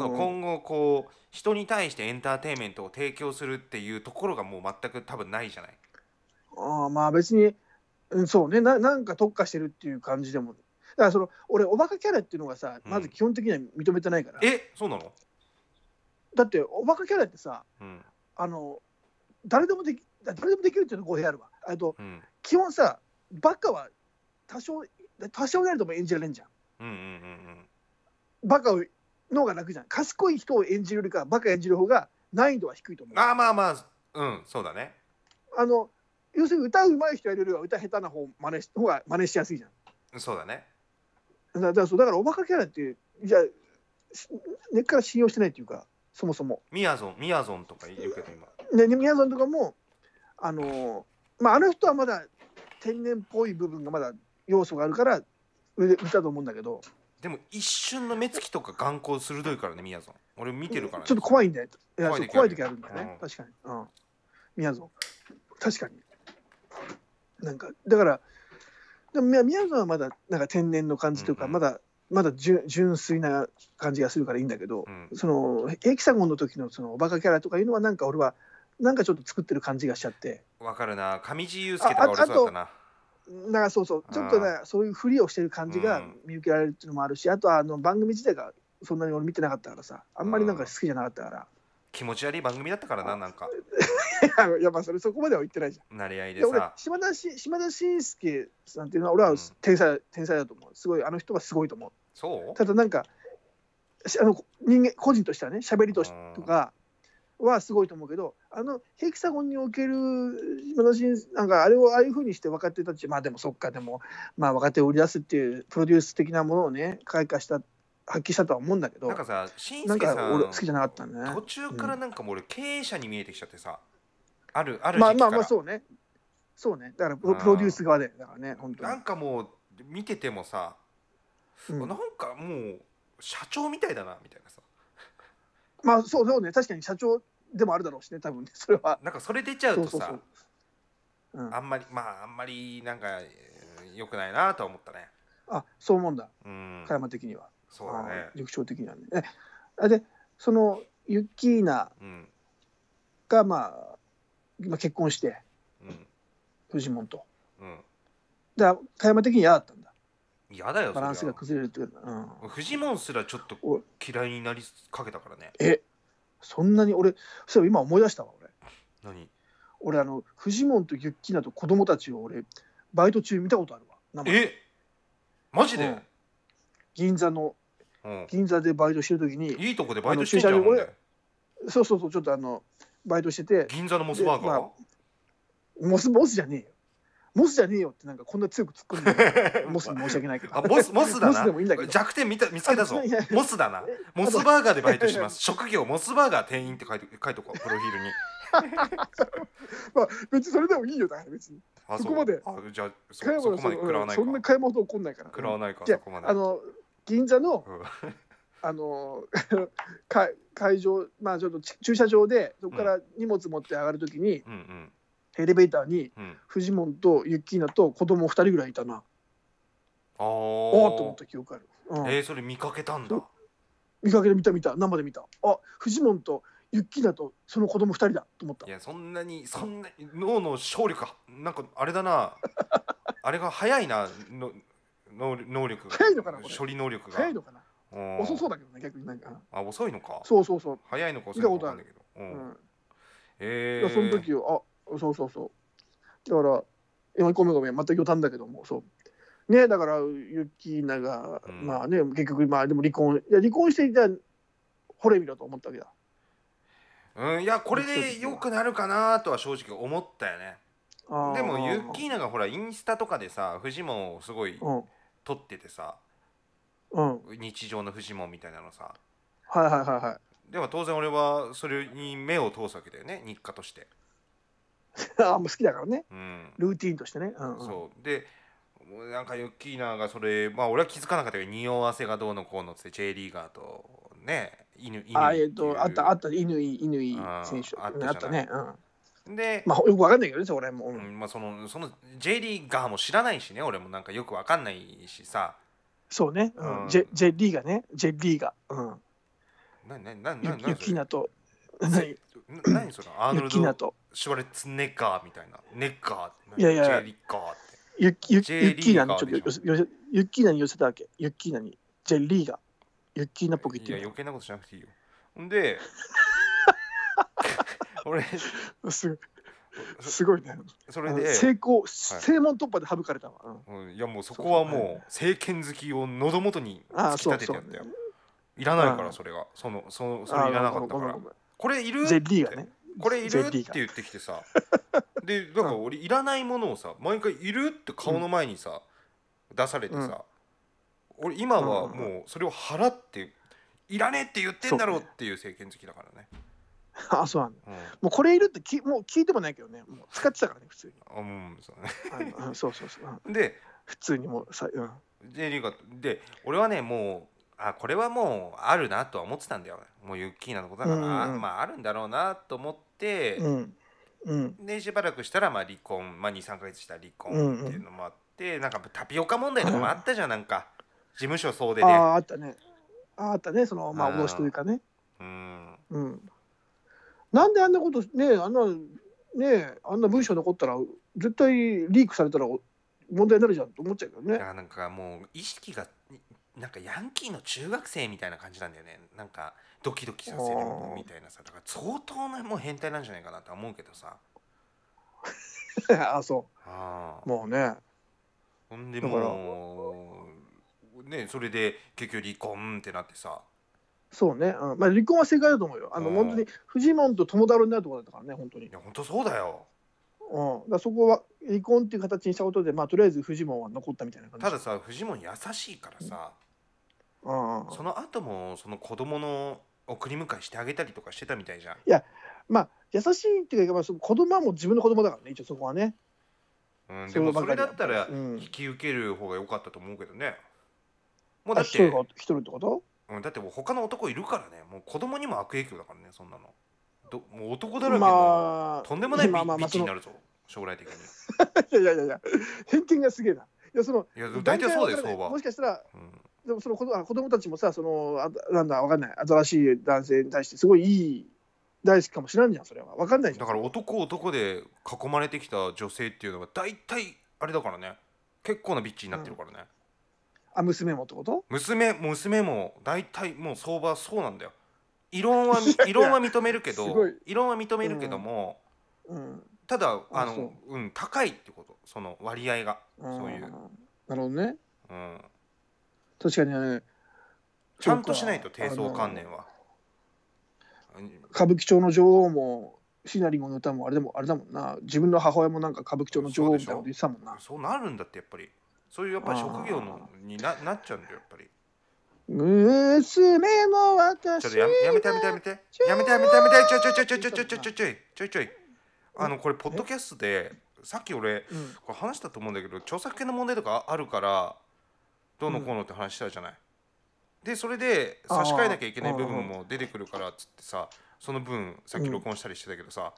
S4: の今後こう人に対してエンターテインメントを提供するっていうところがもう全く多分ないじゃない
S1: ああまあ別に、うん、そうねななんか特化してるっていう感じでもだからその俺おバカキャラっていうのがさ
S4: うん
S1: まず基本的には認めてないから、
S4: えそうなの、
S1: だっておバカキャラってさ
S4: うん
S1: あの誰でもでき誰でもできるっていうのが語弊あるわあと
S4: うん、
S1: 基本さバカは多少多少なりとも演じられんじゃ
S4: うんうんうん
S1: んバカをの方が楽じゃん賢い人を演じるよりかバカ演じる方が難易度は低いと思
S4: う
S1: うん
S4: ああまあまあうんそうだね
S1: あの要するに歌うまい人やるよりは歌下手な方を真似し方が真似しやすいじゃん
S4: そうだね
S1: だだからそうだからおバカキャラってじゃあし根っから信用してないっていうかそもそも
S4: みやぞんみやぞんとか言うけど今
S1: ねね宮さんとかもあのーまああの人はまだ天然っぽい部分がまだ要素があるからう歌と思うんだけど
S4: でも一瞬の目つきとか眼光鋭いからねみやぞん俺見てるから、ね、
S1: ちょっと怖いんだよいや
S4: 怖い
S1: そ
S4: 時ある
S1: う怖い時あるんだよね、
S4: う
S1: 確かにうん宮園確かになんかだからでもみや宮園はまだなんか天然の感じというか、
S4: うんうん
S1: まだまだ純純粋な感じがするからいいんだけど、
S4: うん
S1: そのエキサゴンの時のそのおバカキャラとかいうのはなんか俺はなんかちょっと作ってる感じがしちゃって
S4: わかるな上地雄介とか俺そうだったな
S1: だからそうそうちょっとねそういうふりをしてる感じが見受けられるっていうのもあるし、あとはあの番組自体がそんなに俺見てなかったからさあんまりなんか好きじゃなかったから、
S4: 気持ち悪い番組だったからななんか
S1: (laughs) いやいやまあそれそこまでは言ってないじゃん。
S4: 慣れ合いで
S1: で俺
S4: さ
S1: 島田し島田紳介さんっていうのは俺は
S4: うん
S1: 天才,、天才だと思うすごいあの人はすごいと思
S4: そう
S1: うただなんかしあの人間個人としてはね喋りとし
S4: うん
S1: とかはすごいと思うけどあのヘキサゴンにおける島田紳なんかあれをああいうふうにして若手たちまあでもそっかでもまあ若手を売り出すっていうプロデュース的なものをね開花した発揮したとは思うんだけど
S4: なんかさしん
S1: な
S4: す
S1: ん
S4: け
S1: か
S4: さ
S1: 俺好きじゃなかったんだね
S4: 途中からなんかもう俺経営者に見えてきちゃってさあるある時期
S1: まあ
S4: から、
S1: まあまあそうねそうねだからプロ
S4: うん
S1: プロデュース側でだからね本当に
S4: なんかもう見ててもさ、
S1: うん
S4: なんかもう社長みたいだなみたいなさ
S1: まあそうそうね確かに社長でもあるだろうしね多分ね (laughs) それは
S4: なんかそれ出ちゃうとさ
S1: そうそうそう、うん、
S4: あ
S1: あ
S4: んまりまああんまりなんかえー良くないなとは思ったね
S1: そう思うんだ
S4: うん
S1: 加山的には、
S4: そうだね
S1: あー塾長的にはねえあでそのユッキーナ
S4: うん
S1: がまあまあ結婚して
S4: うん
S1: フジモンと
S4: うん
S1: だから加山的に嫌だったんだ
S4: 嫌だよ
S1: バランス
S4: そり
S1: が
S4: ゃ
S1: 崩れるっていうかうん
S4: フジモンすらちょっと
S1: お
S4: 嫌いになりかけたからね
S1: そんなに俺そういえば今思い出したわ俺
S4: 何
S1: 俺あのフジモンとユッキーナと子供たちを俺バイト中見たことあるわ生で
S4: えマジで、
S1: 銀座の
S4: うん
S1: 銀座でバイトしてる時に
S4: いいとこでバイトしてんじゃんほん
S1: あの駐車場
S4: で
S1: そうそうそうちょっとあのバイトしてて
S4: 銀座のモスバーガー、
S1: モス、モスじゃねえよ。モスじゃねえよってなんかこんな強く突っ込ん
S4: (laughs)
S1: で
S4: まあ
S1: モスに申し訳ないけど。
S4: あモスモスだ
S1: モスでもいいんだ
S4: な
S1: けど
S4: 弱点見た見つけたぞ
S1: (laughs) あいやいや
S4: モスだな
S1: え
S4: モスバーガーでバイトし
S1: (laughs)
S4: ます職業モスバーガー店員って書いて書いとこうプロフィールに
S1: まあ別にそれでもいいよだから別に。
S4: あう
S1: そこまで
S4: あじゃあそ
S1: 加山
S4: そ
S1: の
S4: こまで食らわない
S1: そ
S4: か
S1: んな買い物怒んないから。
S4: 食らわないか
S1: じ
S4: そ
S1: ゃ
S4: こまで
S1: ああの銀座の
S4: うん
S1: あの (laughs) か会場まあちょっとち駐車場でそこから荷物持って上がるときに、
S4: うんうん
S1: エレベーターに
S4: うん
S1: フジモンとユッキーナと子供二人ぐらいいたな。
S4: あ
S1: あ
S4: ー
S1: あと思った記憶ある。うん
S4: えーそれ見かけたんだ
S1: そ見かけで見た見た生で見た。あフジモンとユッキーナとその子供二人だと思った
S4: い。やそんなにそんなに脳の勝力なんかあれだ
S1: (laughs)
S4: なあれが早いなの能能力が
S1: 早いのかなこれ
S4: 処理能力が
S1: 早いのかな。
S4: うん
S1: 遅そうだけどね逆になんか。
S4: あ遅いのか
S1: そうそうそう。
S4: 早いのか遅いのかわかんないけどう
S1: うんん。
S4: え
S1: いや
S4: ー
S1: その時をあそうそうそう。だから今ごめんごめん全く余談だけどもそう。ねだからユキナが、
S4: うん
S1: まあね結局まあでも離婚いや離婚してじゃあ惚れみろと思ったわけだ。
S4: うん、いやこれで良くなるかなとは正直思ったよね
S1: あー
S4: でもユッキーナがほらインスタとかでさフジモンをすごい
S1: うん
S4: 撮っててさ
S1: うんはい
S4: 日常のフジモンみたいなのさ
S1: はいはいはい。
S4: でも当然俺はそれに目を通すわけだよね日課として
S1: (laughs) あーもう好きだからね
S4: うん
S1: ルーティーンとしてね。うんうん、
S4: そうでなんかユッキーナがそれまあ俺は気づかなかったけど匂わせがどうのこうのっつって J リーガーとね犬犬
S1: あえっとあったあ
S4: た
S1: った乾乾選手
S4: あーあったじゃない
S1: あったね、うん、
S4: で
S1: まあよくわかんないけどねそこら辺も、う、
S4: うんんまあ、そのその J リーガーも知らないしね俺もなんかよくわかんないしさ
S1: そうね、うん
S4: うん
S1: ジェジェリーがねジェリーが、うん、
S4: なななな
S1: ユ
S4: な
S1: ユキナと何 (laughs)
S4: ぜな何それアーノ
S1: ユ
S4: ル
S1: キナ
S4: ド・
S1: と
S4: シュワレッツェネッガーみたいなネッガー
S1: いやいや
S4: ジェリーガーって
S1: ユキユ
S4: J
S1: ユッキーナに
S4: リーガー
S1: ちょっと
S4: で
S1: 寄
S4: し
S1: せ寄せユッキーナに寄せたわけユッキーナにジェリーがユッキーナっぽく言っ
S4: い
S1: て
S4: や
S1: みよ
S4: 余計なことしなくていいよほん
S1: (laughs)
S4: で俺
S1: う (laughs) すごい
S4: そ
S1: すごいね
S4: そ
S1: あ
S4: れ
S1: の
S4: で
S1: 成功正門突破で省かれたわ、うん
S4: うんいやもうそこは
S1: そうそう
S4: もう政権好きを喉元に突き立ててやったよ
S1: あそう
S4: いらないか
S1: う
S4: ら
S1: ん
S4: それがそのそのそれいらなかったか
S1: ごめん
S4: ら
S1: ごめんごめん
S4: これいる
S1: ジェリーがね
S4: これい
S1: ジ
S4: る
S1: ェ
S4: って
S1: リーが
S4: 言ってきてさでだから俺いらないものをさ毎回いるって顔の前にさ、出されてさ、俺今は
S1: うんうんうん
S4: もうそれを払っていらねえって言ってんだろう
S1: そう
S4: っ
S1: ね
S4: ていう政権好きだからね、
S1: あそうなんだ
S4: うん
S1: もうこれいるってきもう聞いてもないけどねもう使ってたからね普通に
S4: あうんそうね
S1: あのうんそうそうそうう
S4: (laughs)
S1: ん
S4: で
S1: 普通にもうさ、うん、
S4: J リーガーで俺はねもうあこれはもうあるなとは思ってたんだよもうユッキーナのことだから、
S1: うんうん
S4: まああるんだろうなと思って、
S1: うんうん
S4: でしばらくしたらまあ離婚、まあ、23か月したら離
S1: うん
S4: 婚
S1: うん
S4: っていうのもあって、なんかタピオカ問題とかもあったじゃん、なんか事務所総出
S1: あ
S4: で
S1: ああったねあああったねそのまあ
S4: あー
S1: 脅しというかね
S4: うん
S1: うんなんであんなことねあんなねあんな文章残ったら絶対リークされたらお問題になるじゃんと思っちゃうけどね
S4: い。やなんかもう意識がなんかヤンキーの中学生みたいな感じなんだよねなんかドキドキさせるみたいなさだから相当なもう変態なんじゃないかなとは思うけどさ
S1: (laughs) あそ
S4: あ
S1: う。もうね。
S4: ほんで
S1: だから
S4: もうねそれで結局離婚ってなってさ
S1: そうね。うん、まあ離婚は正解だと思うよ。あの、
S4: うん
S1: 本当にフジモンと友太郎になるところだったからね、本当に。う
S4: いやほんとそうだよ
S1: ん。だからそこは離婚っていう形にしたことで、まあとりあえずフジモンは残ったみたいな感じ。
S4: たださフジモン優しいからさ
S1: うんうん。
S4: その後もその子供の送り迎えしてあげたりとかしてたみたいじゃん
S1: まあ優しいっていうか、まあ、その子供はもう自分の子供だからね、一応そこはね。
S4: うん、で
S1: そう
S4: も
S1: ば
S4: そ
S1: か
S4: れ
S1: りだ
S4: だ
S1: っ
S4: ったたら
S1: うん
S4: 引き受ける方が良かったと思うけどね。もうだ
S1: あ
S4: っ
S1: 一
S4: て
S1: 人、が一人ってこと
S4: うん、だってもう他の男いるからね、もう子供にも悪影響だからね、そんなの。どもう男だらけの、
S1: まあ、
S4: とんでもないビ,、
S1: まあまあまあ
S4: ッチ
S1: そ
S4: に
S1: の
S4: なるぞ、将来的に。
S1: (laughs) いやいやいやいや、偏見がすげえな。いや、その、
S4: いや、大体そうだよ、相
S1: 段階は分からない
S4: 場
S1: も。しかしたら、
S4: うん
S1: でもその子供あ子供たちもさ、そのあなんだ、わかんない、新しい男性に対して、すごいいい大好きかもしれんじゃん、それは。わかんないじ
S4: だ
S1: ゃん。
S4: から男男で囲まれてきた女性っていうのが大体あれだからね結構なビッチになってるからね、
S1: あ、娘もってこと
S4: 娘娘も大体もう相場そうなんだよ異論は異論は認めるけ
S1: す
S4: ど
S1: ごい
S4: 異論は認めるけども、
S1: うん。
S4: ただ
S1: あ
S4: あ
S1: そ
S4: のうん高いってことその割合がそういう
S1: あー、なるほどね。
S4: うん、
S1: 確かにね。
S4: ちゃんとしないと
S1: そうか
S4: 低層観念
S1: あ
S4: は、うん
S1: の歌舞伎町の女王も、シナリゴの歌もあれでもあれだもんな。自分の母親もなんか歌舞伎町の女王みたいなこと言ってたもんな。
S4: そうなるんだってやっぱりそういうやっぱり職業のにななっちゃうんだよやっぱり
S1: 娘も
S4: ちょっ
S1: 私
S4: とやめやめてやめてやめてやめてやめてやめてちょいちょいちょいちょいちょいちょいちょいちょいちょいちょいあのこれポッドキャストでさっき俺
S1: うん
S4: これ話したと思うんだけど著作権の問題とかあるからどうのこうのって話したじゃない、でそれで差し替えなきゃいけない部分も出てくるからっつってさその分さっき録音したりしてたけどさ、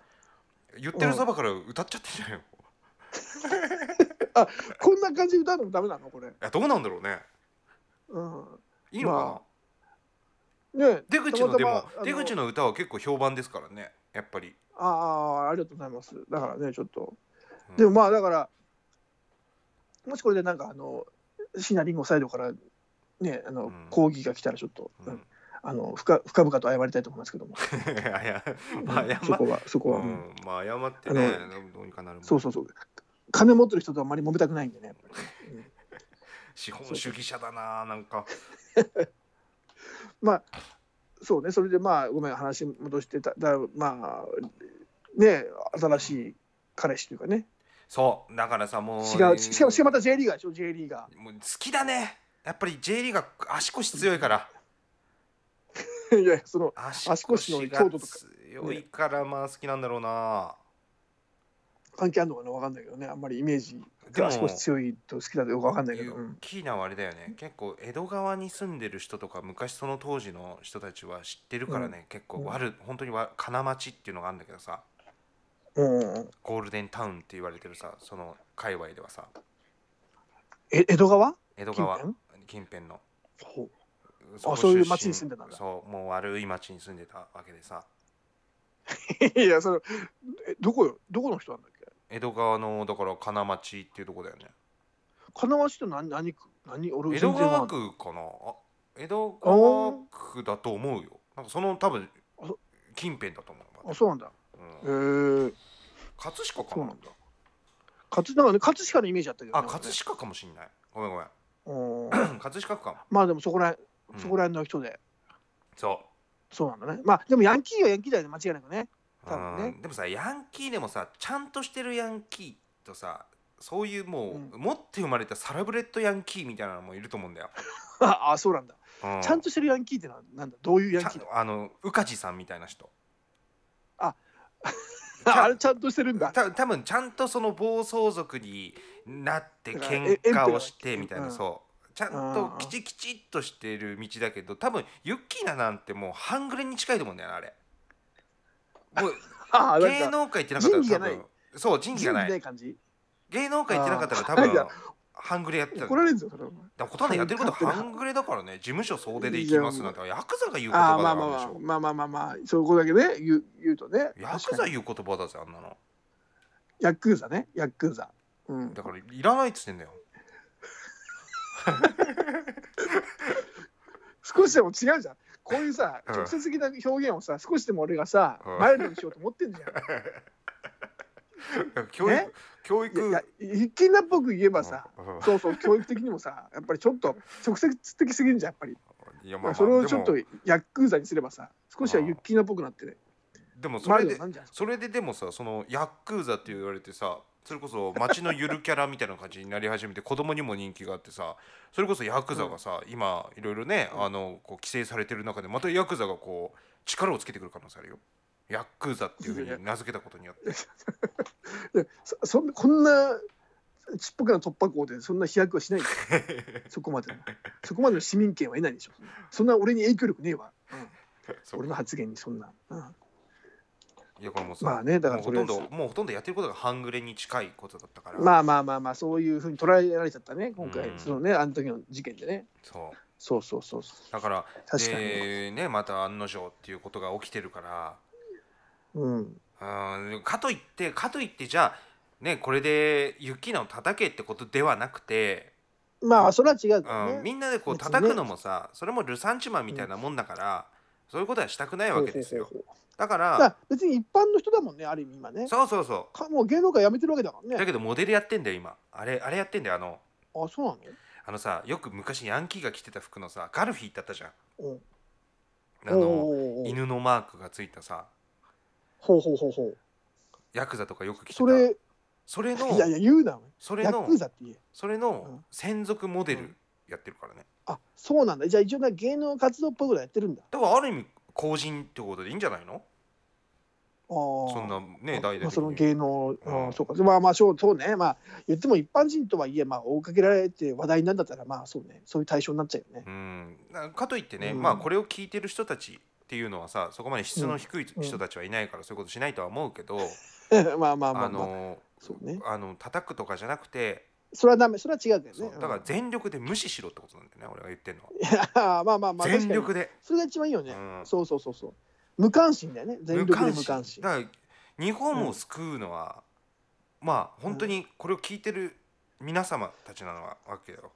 S4: 言ってるそばから歌っちゃってんじゃないよ、い
S1: こんな感じで歌うのもダメなのこれ。
S4: やどうなんだろうね
S1: うん。
S4: いいのかな、
S1: まね
S4: 出口ので
S1: たま
S4: も
S1: たまあの
S4: 出口の歌は結構評判ですからねやっぱり、
S1: ああありがとうございますだからねちょっと、
S4: うん
S1: でもまあだからもしこれでなんかあのシナリンゴサイドからねあの、
S4: うん
S1: 抗議が来たらちょっと、
S4: う
S1: うんん、あの深深々と謝りたいと思いますけども、
S4: (laughs) あやまあ謝
S1: そこはそこは、
S4: う
S1: うん
S4: んまあ謝ってね
S1: あ
S4: どうにかなるもん
S1: そうそうそう金持ってる人とあんまり揉めたくないんでねやっぱりね、
S4: 資本主義者だななんか
S1: うんまあそうねそれでまあごめん話戻してただまあね新しい彼氏というかね
S4: そうだからさもう
S1: 違うしかもしかもまた J リーガーでしょ J リーガ
S4: もう好きだねやっぱり J リーが足腰強いから
S1: ーいやいやその
S4: 足
S1: 腰の
S4: が
S1: 強度とか
S4: 強いからまあ好きなんだろうな、
S1: 関係あるのかなわかんないけどねあんまりイメージ
S4: でも
S1: 足腰強いと好きだとよくわかんないけ
S4: ユ
S1: ど、うん
S4: ッキーナはあれだよね結構江戸川に住んでる人とか昔その当時の人たちは知ってるからね、結構悪、本当にわ金町っていうのがあるんだけどさ
S1: うんうん、
S4: ゴールデンタウンって言われてるさその界隈ではさ
S1: え江戸川
S4: 江戸川
S1: 近
S4: 近辺の
S1: ほう
S4: こ
S1: そうい
S4: 出
S1: う
S4: 身
S1: 町に住んでたんだ
S4: そうもう悪い町に住んでたわけでさ
S1: (laughs) いやそれえどこよどこの人なんだっけ
S4: 江戸川のだから金町っていうとこだよね
S1: 金町って何何区何俺
S4: 江
S1: 全
S4: 戸
S1: 然わか
S4: 川
S1: んない
S4: 区かなあ江戸川区だと思うよなんかその多分
S1: あそ
S4: 近辺だと思う
S1: あそうなんだへえ
S4: うん、葛飾か
S1: そう
S4: な
S1: なんだ葛なんかね葛飾のイメージあったけど、ね、
S4: あ葛飾かもしんないごめんごめん (clears throat)
S1: 飾、うん、
S4: 葛飾区かも、
S1: まあでもそこら
S4: うん
S1: そこら辺の人で、
S4: そ
S1: そうなんだねまあでもヤンキーはヤンキーだよね間違いなくね (laughs)
S4: う、
S1: 多分ね
S4: うんでもさヤンキーでもさちゃんとしてるヤンキーとさそういうもう、
S1: うん
S4: 持って生まれたサラブレッドヤンキーみたいなのもいると思うんだよ、
S1: ああそうなんだ、
S4: う
S1: ちゃんとしてるヤンキーってのはなんだどういうヤン
S4: ちゃ
S1: キーだ
S4: あの宇梶さんみたいな人ちゃん
S1: ああれちゃんとしてるんだ
S4: た多分ちゃんとその暴走族になって
S1: だから
S4: 喧
S1: えエンペラ
S4: 嘩
S1: ー
S4: をしてみたい
S1: うん
S4: なそうちゃんときちきちっとしてる道だけど多分ユッキーナなんてもう半グレに近いと思うんだよなあれもう
S1: ああなん
S4: 芸
S1: か
S4: 能界行ってなかったら
S1: 仁義
S4: 多
S1: がない
S4: 分そう仁義がな
S1: 人気ないい感じ
S4: 芸能界行ってなかったら多
S1: あーいや
S4: 分半グレやってた
S1: 怒られるんですよそれは
S4: だことはやってること
S1: 勝手な
S4: 半グレだからね事務所総出で行きますなんてヤクザが言う言
S1: ああ
S4: 葉
S1: ー
S4: だ
S1: ま
S4: か
S1: あまあ
S4: らでしょ
S1: まあまあまあまあまあそういうことだけね言う言うとね
S4: ヤク
S1: 確か
S4: ザ
S1: に
S4: 言う言葉だぜあんなの
S1: ヤクザねヤクザうん、
S4: だからいらないっつってんだよ
S1: 少しでも違うじゃんこういうさ
S4: うん
S1: 直接的な表現をさ少しでも俺がさ
S4: うん
S1: マイルドにしようと思ってんじゃん
S4: 教
S1: え
S4: 育教育
S1: いやいや一見なっぽく言えばさ
S4: うんうん
S1: そうそう教育的にもさやっぱりちょっと直接的すぎるじゃんやっぱり、
S4: いやまあまあ
S1: それをちょっと
S4: でも
S1: ヤックーザにすればさ少しはユッキーなっぽくなってね
S4: でもそ
S1: マイ
S4: れ
S1: ルドに
S4: で
S1: なんじゃん
S4: それででもさそのヤックーザって言われてさそれこそ街のゆるキャラみたいな感じになり始めて子供にも人気があってさそれこそヤクザがさ、今いろいろね、
S1: うん
S4: あのこう規制されてる中でまたヤクザがこう力をつけてくる可能性あるよヤックーザっていうふうに名付けたことによって
S1: そそんこんなちっぽけな突破口でそんな飛躍はし
S4: (laughs)
S1: ないんだよそこまでのそこまでの市民権は得ないでしょそんな俺に影響力ねえわ、
S4: そ
S1: 俺
S4: う
S1: の発言にそんな、うん
S4: いやこれもうさ、
S1: まあねだか
S4: も
S1: ら
S4: う
S1: そ
S4: ほと
S1: れ
S4: んどもうほとんどやってることが半グレに近いことだったから、
S1: まあまあまあまあそういうふうに捉えられちゃったね今回、
S4: うん
S1: そのねあの時の事件でね
S4: そ
S1: そうそうそうそう
S4: うだから
S1: 確かに、
S4: でねまた案の定っていうことが起きてるから
S1: う
S4: う
S1: ん
S4: んかといってかといってじゃあねこれでユッキーナを叩けってことではなくて、
S1: まあそれは違うからね、
S4: うん、みんなでこう
S1: 別にね
S4: 叩くのもさ、それもルサンチマンみたいなもんだから、そういうことはしたくないわけですよ
S1: そうそうそう
S4: だか
S1: だから
S4: ら
S1: 別に一般の人だもんねある意味今ね
S4: そうそうそ
S1: かもう芸能界辞めてるわけだから
S4: うだ
S1: ね
S4: けどモデルやってんだよ今あれあれやってんだよあの
S1: あそうな
S4: あのさよく昔ヤンキーが着てた服のさガルフィーってあったじゃん
S1: の
S4: あ
S1: うん
S4: の
S1: おー
S4: 犬のマークがついたさ
S1: ほうほうほうほう
S4: ヤクザとかよく着てた
S1: それ
S4: それ
S1: いや
S4: の
S1: いや言うな
S4: それ
S1: ヤ
S4: の
S1: クザって言え
S4: それ
S1: う
S4: の
S1: ん
S4: 専属モデ
S1: う
S4: ル
S1: ん
S4: やってるからね
S1: あそうなんだじゃあ一応な芸能活動っぽいことやってるんだ
S4: だからある意味公人ってことでいいんじゃないの
S1: あー
S4: そんなね
S1: ま
S4: 大
S1: ま
S4: 々
S1: あ、その
S4: 的に
S1: 芸能、
S4: うん
S1: うん、そうかまあまあそうそうねまあ言っても一般人とはいえまあ追いかけられて話題になるんだったらまあそうねそういう対象になっちゃうよね
S4: うんなかといってね、
S1: うん
S4: まあこれを聞いてる人たちっていうのはさそこまで質の低い
S1: うん
S4: 人たちはいないからそういうことしないとは思うけど、
S1: (laughs) まあまあまあ
S4: あ
S1: まあ
S4: の
S1: そうね
S4: あの叩くとかじゃなくて、
S1: それはダメそれは違うけど
S4: そ
S1: ね
S4: うだから全力で無視しろってことなんだよね俺が言ってるのは、
S1: うん (laughs) まあまあまあ
S4: 全
S1: 確かに
S4: 力で、
S1: それが一番いいよね、
S4: うん
S1: そうそうそうそう無関心だよね全力で無関心
S4: だから日本を救うのは、まあ本当にこれを聞いてる皆様たちなのはわけよ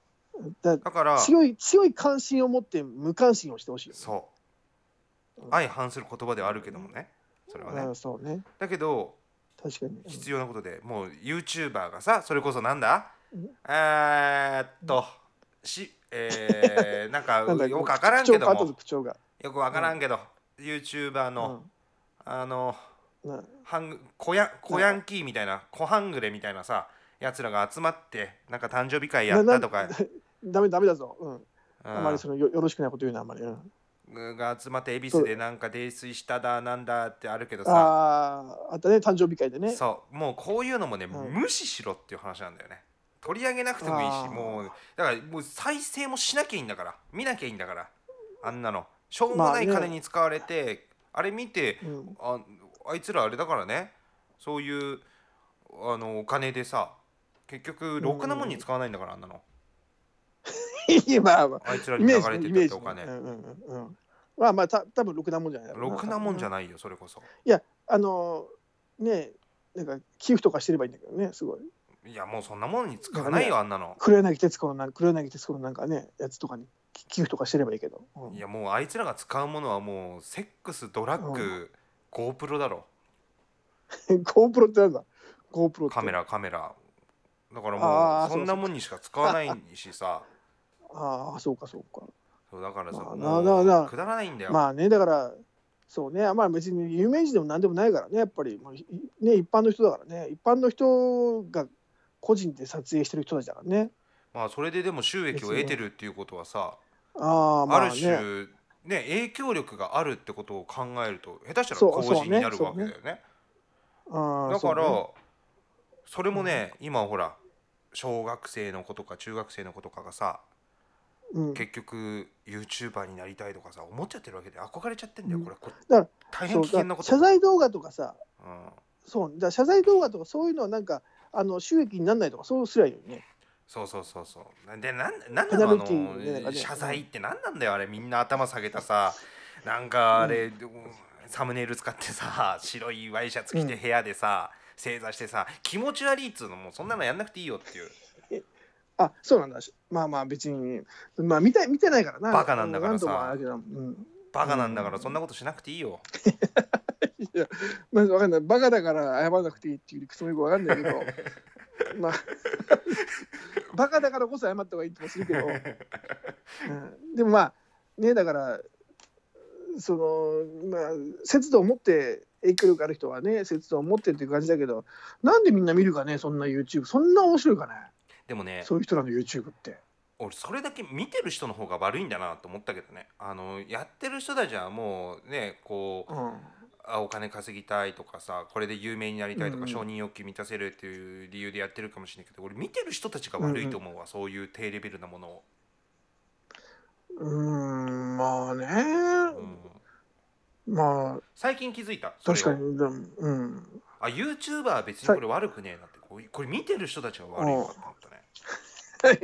S1: だ
S4: だから
S1: 強い強い関心を持って無関心をしてほしいよね
S4: そう、
S1: うん
S4: 相反する言葉ではあるけどもねそれはね、
S1: うんそうね
S4: だけど
S1: 確かに
S4: 必要なことでもう YouTuber がさそれこそなんだ
S1: うん
S4: えーっとし
S1: (laughs)
S4: えー、なんか
S1: なんだ
S4: よくわからんけど
S1: 口調変わったぞ
S4: も
S1: 口調が
S4: よくわからんけど、YouTuber の、あの
S1: うんな
S4: ハング小や小ヤンキーみたいな小ハングレみたいなさやつらが集まってなんか誕生日会やったとか
S1: な、 (laughs) ダメダメだぞ、うん
S4: うん
S1: あまりそのよよろしくないこと言うなあんまり、うん、
S4: が集まって恵比寿でなんか泥酔しただなんだってあるけどさ
S1: あああったね誕生日会でね
S4: そうもうこういうのもね、
S1: うん
S4: 無視しろっていう話なんだよね取り上げなくてもいい
S1: あ
S4: し
S1: ー
S4: もうだからもう再生もしなきゃいいんだから見なきゃいいんだからあんなのしょうもない
S1: まあね
S4: 金に使われて、あれ見て
S1: うん (laughs)
S4: ああいつらあれだからねそういうあのお金でさ結局ろくなもんに使わないんだからあんなの
S1: まあま
S4: あいつ
S1: あ
S4: ら
S1: イ
S4: に流
S1: メ
S4: れ
S1: ージね
S4: て
S1: イメ
S4: った
S1: ージ
S4: お
S1: ね
S4: 金
S1: うんうんうんうんまあまあた多分ろくなもんじゃないだろう
S4: ろくなもんじゃ
S1: ない
S4: ないよそれこそ
S1: あのねなんか寄付とかしてればいいんだけどねすごい
S4: いやもうそんなもんに使わないよあんなの
S1: 黒柳徹子のなん黒柳徹子のなんかねやつとかにき寄付とかしてればいいけど、うん
S4: いやもうあいつらが使うものはもうセックスドラッグ、GoPro だろ
S1: (laughs) GoPro ってなんだ GoPro って
S4: カメラカメラだからも
S1: あー
S4: うそんなもんにしか使わないしさ
S1: ああそうかそうか
S4: そうだからさ
S1: ま
S4: も
S1: あ
S4: う
S1: ななな
S4: くだらないんだよ、
S1: まあねだからそうねまあ別に有名人でも何でもないからねやっぱりもういね一般の人だからね一般の人が個人で撮影してる人たちだからね
S4: まあそれででも収益を得てるっていうことはさ
S1: ああ
S4: あ,、
S1: まあ
S4: る
S1: ね
S4: 種ね影響力があるってことを考えると下手したら
S1: そう
S4: 後
S1: そう
S4: 人に
S1: ね
S4: なるわけだよね
S1: あ
S4: だ
S1: あそ
S4: か
S1: う
S4: ら
S1: ね
S4: そ,、れもね、今ほら小学生の子とか中学生の子とかがさ
S1: うん
S4: 結局 YouTuber になりたいとかさ思っちゃってるわけで憧れちゃってんだよ
S1: うん
S4: これこ
S1: だから
S4: 大
S1: そ
S4: 変
S1: う
S4: 危険なこと
S1: 謝罪動画とかさ
S4: うん、
S1: そうだから謝罪動画とかそういうのはなんかあの収益にならないとかそうすりゃいいよね
S4: そうそうそうそうなでなんなん
S1: ペ
S4: な
S1: ナ
S4: のあ
S1: ルティーみたいな
S4: の
S1: 感じ
S4: 謝罪って何なんだよあれみんな頭下げたさなんかあれ、でもサムネイル使ってさ白いワイシャツ着て部屋でさ、正座してさ気持ち悪いっつうのもうそんなのやんなくていいよっていう
S1: あそうなんだまあまあ別にまあ見た見てないからな
S4: バカなんだからさ
S1: 何度もあれだけどうん
S4: バカなんだから
S1: うん
S4: そんなことしなくていいよ
S1: まあわかんないバカだから謝らなくていいっていう理屈もよくわかんないけ
S4: (laughs)
S1: どまあ (laughs) バカだからこそ謝った方がいい気もする
S4: (laughs)
S1: けど、うん、でもまあねだからそのまあ節度を持って影響力ある人はね節度を持ってっていう感じだけどなんでみんな見るかねそんな YouTube そんな面白いかね
S4: でもね
S1: そういう人らの YouTube って。
S4: 俺それだけ見てる人の方が悪いんだなと思ったけどねあのやってる人たちはもうねこう
S1: うん
S4: あお金稼ぎたいとかさこれで有名になりたいと
S1: うん
S4: か
S1: うん
S4: 承認欲求満たせるっていう理由でやってるかもしれないけど俺見てる人たちが悪いと思うわそういう低レベルなものを。
S1: うーんまあね、
S4: うん
S1: まあ
S4: 最近気づいたそれ
S1: 確
S4: を
S1: かにでもうん
S4: あ YouTuber は別にこれ悪くねえなってこうこれ見てる人たちが悪いのかって思ったね
S1: (laughs)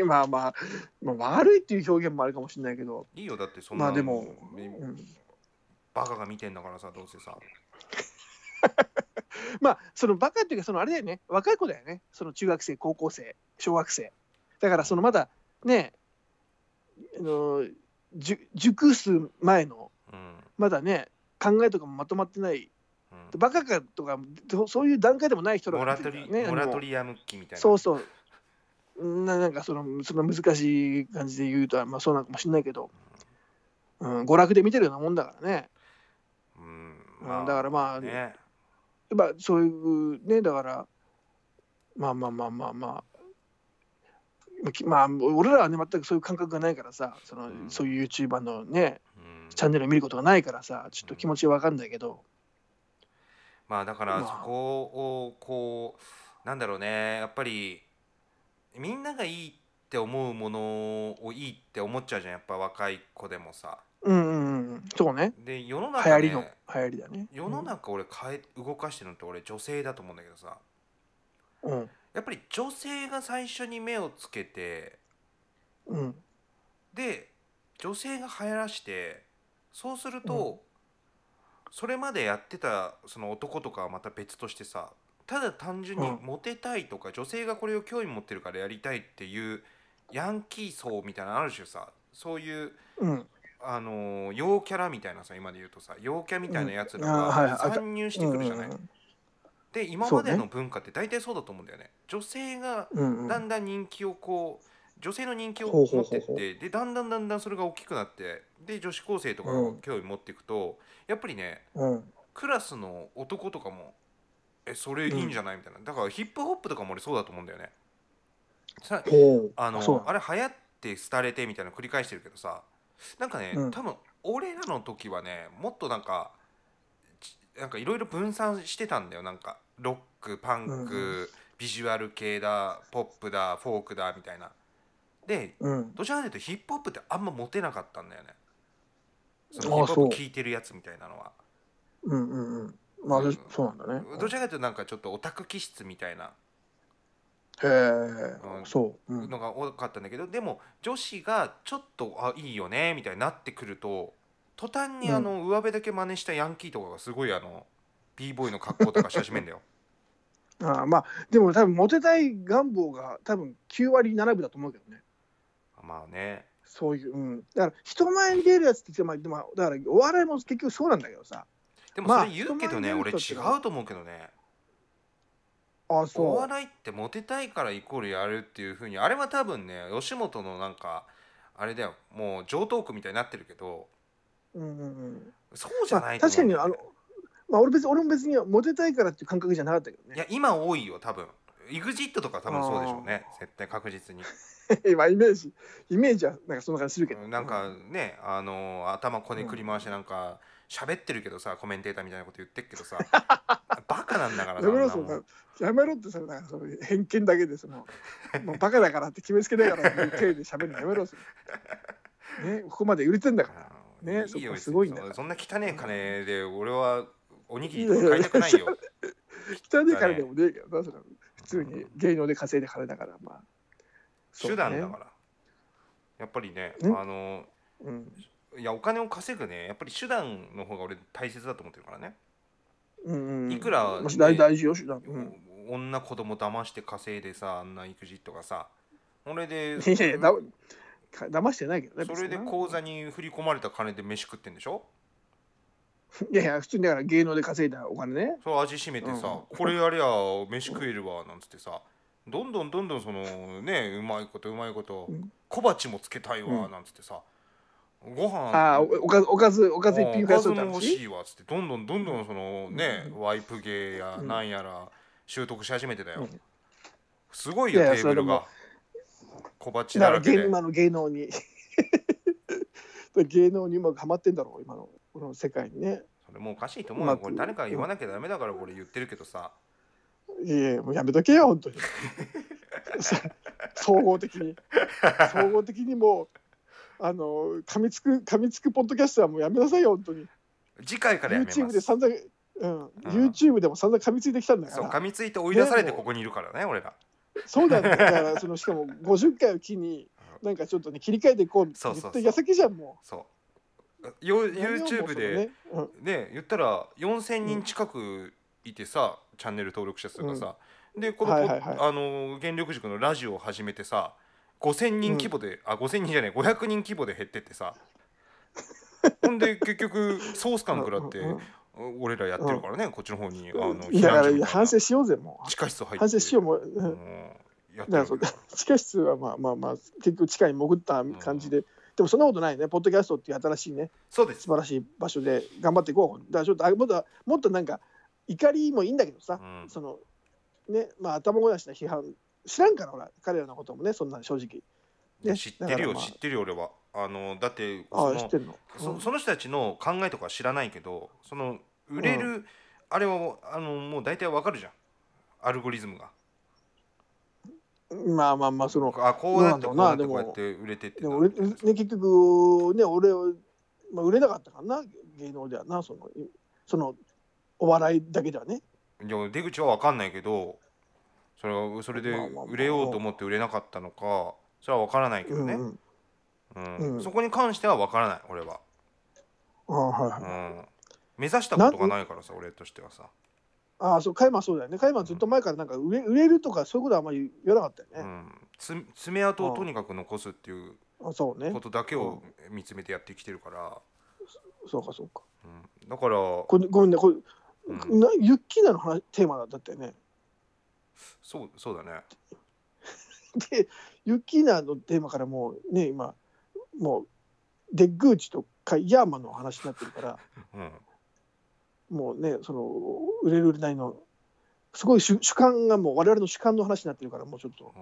S1: まあまあ、まあ、悪いっていう表現もあるかもしれないけど、
S4: いいよだってそんな
S1: まあでも、
S4: み
S1: うん、
S4: バカが見てんだからさどうせさ
S1: まあそのバカっていうかそのあれだよね若い子だよねその中学生高校生小学生だからそのまだねあのじゅ熟す前の
S4: うん
S1: まだね考えとかもまとまってない
S4: うん
S1: バカかとかそうそういう段階でもない人ら
S4: モ
S1: が
S4: ラ
S1: 見
S4: ト
S1: てるから
S4: リ
S1: ね
S4: モラトリアム期みたいな
S1: そうそう。ななんかそのその難しい感じで言うと、まあ、そうなのかもしれないけど、うん、娯楽で見てるようなもんだからね、
S4: うん
S1: うん、だからまあ、やっ
S4: ね
S1: ぱそういうねだからまあまあまあまあまあきまあ俺らはね全くそういう感覚がないからさそ
S4: う
S1: の、
S4: ん
S1: そういう YouTuber のね
S4: うん
S1: チャンネルを見ることがないからさちょっと気持ちは分かんないけど、
S4: まあだから
S1: まあ
S4: そこをこうなんだろうねやっぱりみんながいいって思うものをいいって思っちゃうじゃんやっぱ若い子でもさ
S1: うんうんうんそうね
S4: で世の
S1: 流
S4: 中
S1: 行
S4: ね
S1: りの流行りだね
S4: 世の中俺変え動かしてるのって俺女性だと思うんだけどさ
S1: うん
S4: やっぱり女性が最初に目をつけて
S1: うん
S4: で女性が流行らしてそうすると、それまでやってたその男とかはまた別としてさただ単純に
S1: うん
S4: モテたいとか、女性がこれを興味持ってるからやりたいっていうヤンキー層みたいなのある種さそういう、
S1: うん
S4: あのー陽キャラみたいなさ今で言うとさ陽キャみたいなやつら
S1: うんあーはいはい
S4: が参入してくるじゃない。
S1: うん
S4: で今までの文化って大体そうだと思うんだよね。女性が
S1: うんうん
S4: だんだん人気をこう女性の人気を
S1: ほうほう
S4: 持っ
S1: ほ
S4: て
S1: う
S4: っ
S1: ほう
S4: てでだんだんだんだんそれが大きくなってで女子高生とか
S1: う
S4: が
S1: ん
S4: 興味持っていくと、やっぱりね
S1: うん
S4: クラスの男とかも「えそれいいんじゃない?」みたいなだからヒップホップとかも俺そうだと思うんだよね。さ
S1: ほう
S4: あの
S1: そう
S4: あれ流行って廃れてみたいなの繰り返してるけどさなんかね、
S1: うん
S4: 多分俺らの時はねもっとなんかちなんかいろいろ分散してたんだよなんかロックパンク、
S1: うん
S4: ビジュアル系だポップだフォークだみたいなで
S1: うん
S4: どちらかというとヒップホップってあんまモテなかったんだよねそ
S1: あ
S4: の
S1: あ
S4: ヒップホップ
S1: そう
S4: 聴いてるやつみたいなのは
S1: うんうんうんまあ
S4: うん
S1: そうなんだね
S4: どちらかというとなんかちょっとオタク気質みたいな
S1: へえ
S4: うん
S1: そううん
S4: のが多かったんだけどでも女子がちょっとあいいよねみたいになってくると途端に
S1: うん
S4: あの上辺だけ真似したヤンキーとかがすごいあの b ボーイの格好とかし始めんだよ。 (laughs)
S1: ああまあでも多分モテたい願望が多分9割7分だと思うけどね
S4: まあね
S1: そういううんだから人前に出るやつってまあでもだからお笑いも結局そうなんだけどさ
S4: でも
S1: ま
S4: そ
S1: あ
S4: れ言うけどね、
S1: 人前
S4: 俺
S1: に出る
S4: 違
S1: 人って
S4: うと思うけどね
S1: ああ
S4: お
S1: そう
S4: 笑いってモテたいからイコールやるっていうふうにあれは多分ね吉本のなんかあれだよもう上等句みたいになってるけど
S1: うんうんうん
S4: そうじゃないと
S1: ま
S4: 思
S1: あ確か
S4: うん
S1: に
S4: だ
S1: あ
S4: よね
S1: のまあ俺別に俺も別にモテたいからっていう感覚じゃなかったけど
S4: いや
S1: ね
S4: 今多いよ多分 EXIT とか多分そうでしょうね絶対確実に。
S1: (laughs) 今イメージイメージはなんかそんな感じするけど
S4: なんかね、あの頭こねくり回してなんか喋ってるけどさコメンテーターみたいなこと言ってっけ
S1: (laughs)
S4: どさバカなんだから
S1: や
S4: な
S1: めろ
S4: あ
S1: そ
S4: ん
S1: ん
S4: なも
S1: なんやめろってそれなんかその偏見だけでそのもうバカだからって決めつけながらっていう体で喋るのやめろそれねここまで売れてんだから
S4: うん
S1: ね
S4: いい
S1: そっ
S4: よ
S1: かすごいね
S4: そそんな汚ねえ金で俺はおにぎりとか買いたくないよ
S1: 汚いからでもねえけどなそれは普通に芸能で稼いで金だからまあ
S4: 手段だ
S1: そう
S4: か
S1: ね
S4: らやっぱりねあ
S1: うん
S4: の
S1: うん
S4: いやお金を稼ぐねやっぱり手段の方が俺大切だと思ってるからね
S1: うんうん、
S4: いくら、
S1: まあ大大事よ、手段。うん、
S4: 女子供騙して稼いでさあんな育児とかさそれで
S1: いやいや、だか騙してないけどね。
S4: それで
S1: 別にな
S4: 口座に振り込まれた金で飯食ってんでしょ
S1: いやいや、普通にだから芸能で稼いだお金ね。
S4: それ味しめてさ、
S1: うん
S4: これやりゃ飯食えるわなんつってさどんどんどんどんそのねうまいことうまいこと
S1: うん
S4: 小鉢もつけたいわ
S1: うん
S4: なんつってさご飯
S1: ああ、おおかず、おかず、お
S4: お
S1: かず一品増や
S4: か
S1: そ
S4: ず
S1: うって
S4: も欲し
S1: 話。
S4: いわっつってどんどんどんどんそのねワイプ芸や
S1: うん
S4: なんやら習得し始めてた
S1: う
S4: よ
S1: ん
S4: すごいよ
S1: いやい
S4: テ
S1: や
S4: ーブルが小鉢だ
S1: だから
S4: らけ
S1: 芸
S4: で
S1: 今の芸能に。だ (laughs) から芸能にうまくはまってんだろう、今のこの世界にね。
S4: それもうおかしいと思う
S1: うま
S4: よ
S1: く
S4: これ誰かが言わなきゃダメだから俺言ってるけどさ
S1: いやいやもうやめとけよ、本当に。さ総合的に。総合的にもう、あの、噛みつく、噛みつくポッドキャストはもうやめなさいよ、本当に。
S4: 次回からやめます
S1: YouTube で散々、うん、YouTube でも散々噛みついてきたんだか
S4: そう
S1: ら。
S4: 噛みついて追い出されて
S1: ねもう
S4: ここにいるからね俺ら
S1: そうなんだよ。だからそのしかも50回を機になんかちょっとね切り替えていこうって
S4: そう
S1: 言
S4: そうそう
S1: った矢先じゃんも
S4: そうよ
S1: う。やめようもう
S4: YouTube で
S1: そのね
S4: ね言ったら4,000人近くいてさ、チャンネル登録者数がさ、でこの、
S1: はいはいはい
S4: あの原力塾のラジオを始めてさ5,000人規模で、あ5,000人じゃない500人規模で減ってって
S1: (laughs)
S4: さほんで結局ソース
S1: う
S4: 感
S1: ん
S4: 食らって、
S1: うん
S4: 俺らやってるからね、こっちの方にあの
S1: うんだか
S4: 避難所みたい
S1: ら
S4: な
S1: 反省しようぜも
S4: 地下室入っ
S1: う。
S4: て
S1: 反省しようもう
S4: う
S1: うん。
S4: んやって
S1: だから
S4: るけ
S1: そう
S4: ど
S1: (laughs) 地下室はまあまあまあ結局地下に潜った感じで。でもそんなことないね。ポッドキャストっていう新しいね
S4: そうです
S1: 素晴らしい場所で頑張っていこう。だからちょっとあもっともっとなんか怒りもいいんだけどさ。
S4: うん
S1: そのねまあ頭ごなしな批判知らんからほら彼らのこともねそんな正直。ね
S4: 知ってるよ、
S1: だからまあ
S4: 知ってるよ俺はあのだって
S1: あ
S4: そ
S1: あ知
S4: の
S1: ってんの。う
S4: そ
S1: ん
S4: その人たちの考えとかは知らないけどその売れる、
S1: う
S4: あれはあのもう大体わかるじゃんアルゴリズムが
S1: まあまあまあその
S4: あこうやって
S1: ど
S4: こ
S1: う
S4: う
S1: な
S4: や
S1: ん
S4: って
S1: だろ
S4: こう
S1: うな
S4: やって売れてって
S1: でも
S4: な
S1: 俺
S4: る
S1: ね結局ね俺は、まあ、売れなかったからな芸能ではなそのいそのお笑いだけではね
S4: いや出口はわかんないけどそれはそれで
S1: まあまあまあ
S4: 売れようと思って売れなかったのかそれはわからないけどね、
S1: うん
S4: う
S1: うん
S4: ん
S1: うん
S4: そこに関してはわからない俺は、
S1: ああはいはい
S4: うん、目指したことがないからさ俺としてはさ、
S1: ああそうカイマンそうだよねカイマンずっと前からなんか売れ売れるとかそういうことはあんまり言わなかった
S4: う
S1: よね、
S4: ん、つ爪痕をとにかく残すっていう
S1: あそうね
S4: ことだけを見つめてやってきてるから、
S1: そうかそうか
S4: うん、だから、
S1: これごめんねこれ、
S4: うん
S1: なユッキーナの話テーマだったよね
S4: そうそうだね
S1: でユッキーナのテーマからもうね今もうデッグーチとかヤーマンの話になってるから
S4: うん
S1: もうね、その売れる売れないの、すごい主主観がもう、我々の主観の話になってるから、もうちょっと。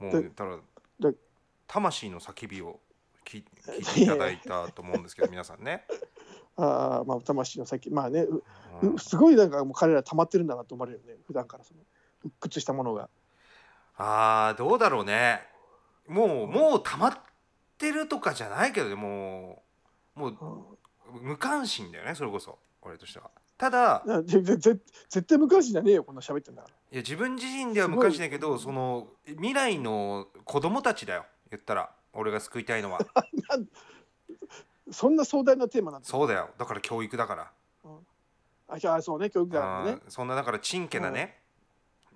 S4: うん、も
S1: で
S4: うたら
S1: で
S4: 魂の叫びを聞い聞いていただいたと思うん
S1: (laughs)
S4: ですけど皆さんね、
S1: ああ、まあ、魂の先、まあね、う
S4: うん
S1: うすごいなんかもう彼ら溜まってるんだなと思われるよね、普段からその、鬱屈したものが。
S4: あーどうだろうねもうもう溜まってるとかじゃないけどねもうもう
S1: うん
S4: 無関心だよねそれこそ俺としてはただ
S1: なぜぜぜ絶対無関心じゃねえよ、こんな喋ってんだか
S4: いや自分自身では無関心だけどその未来の子供たちだよ言ったら俺が救いたいのは
S1: ら。なんそんな壮大なテーマなんて
S4: そうだよだから教育だから
S1: あいやそうね、教育だから
S4: あ
S1: ね。
S4: ーそんなだからちんけなね、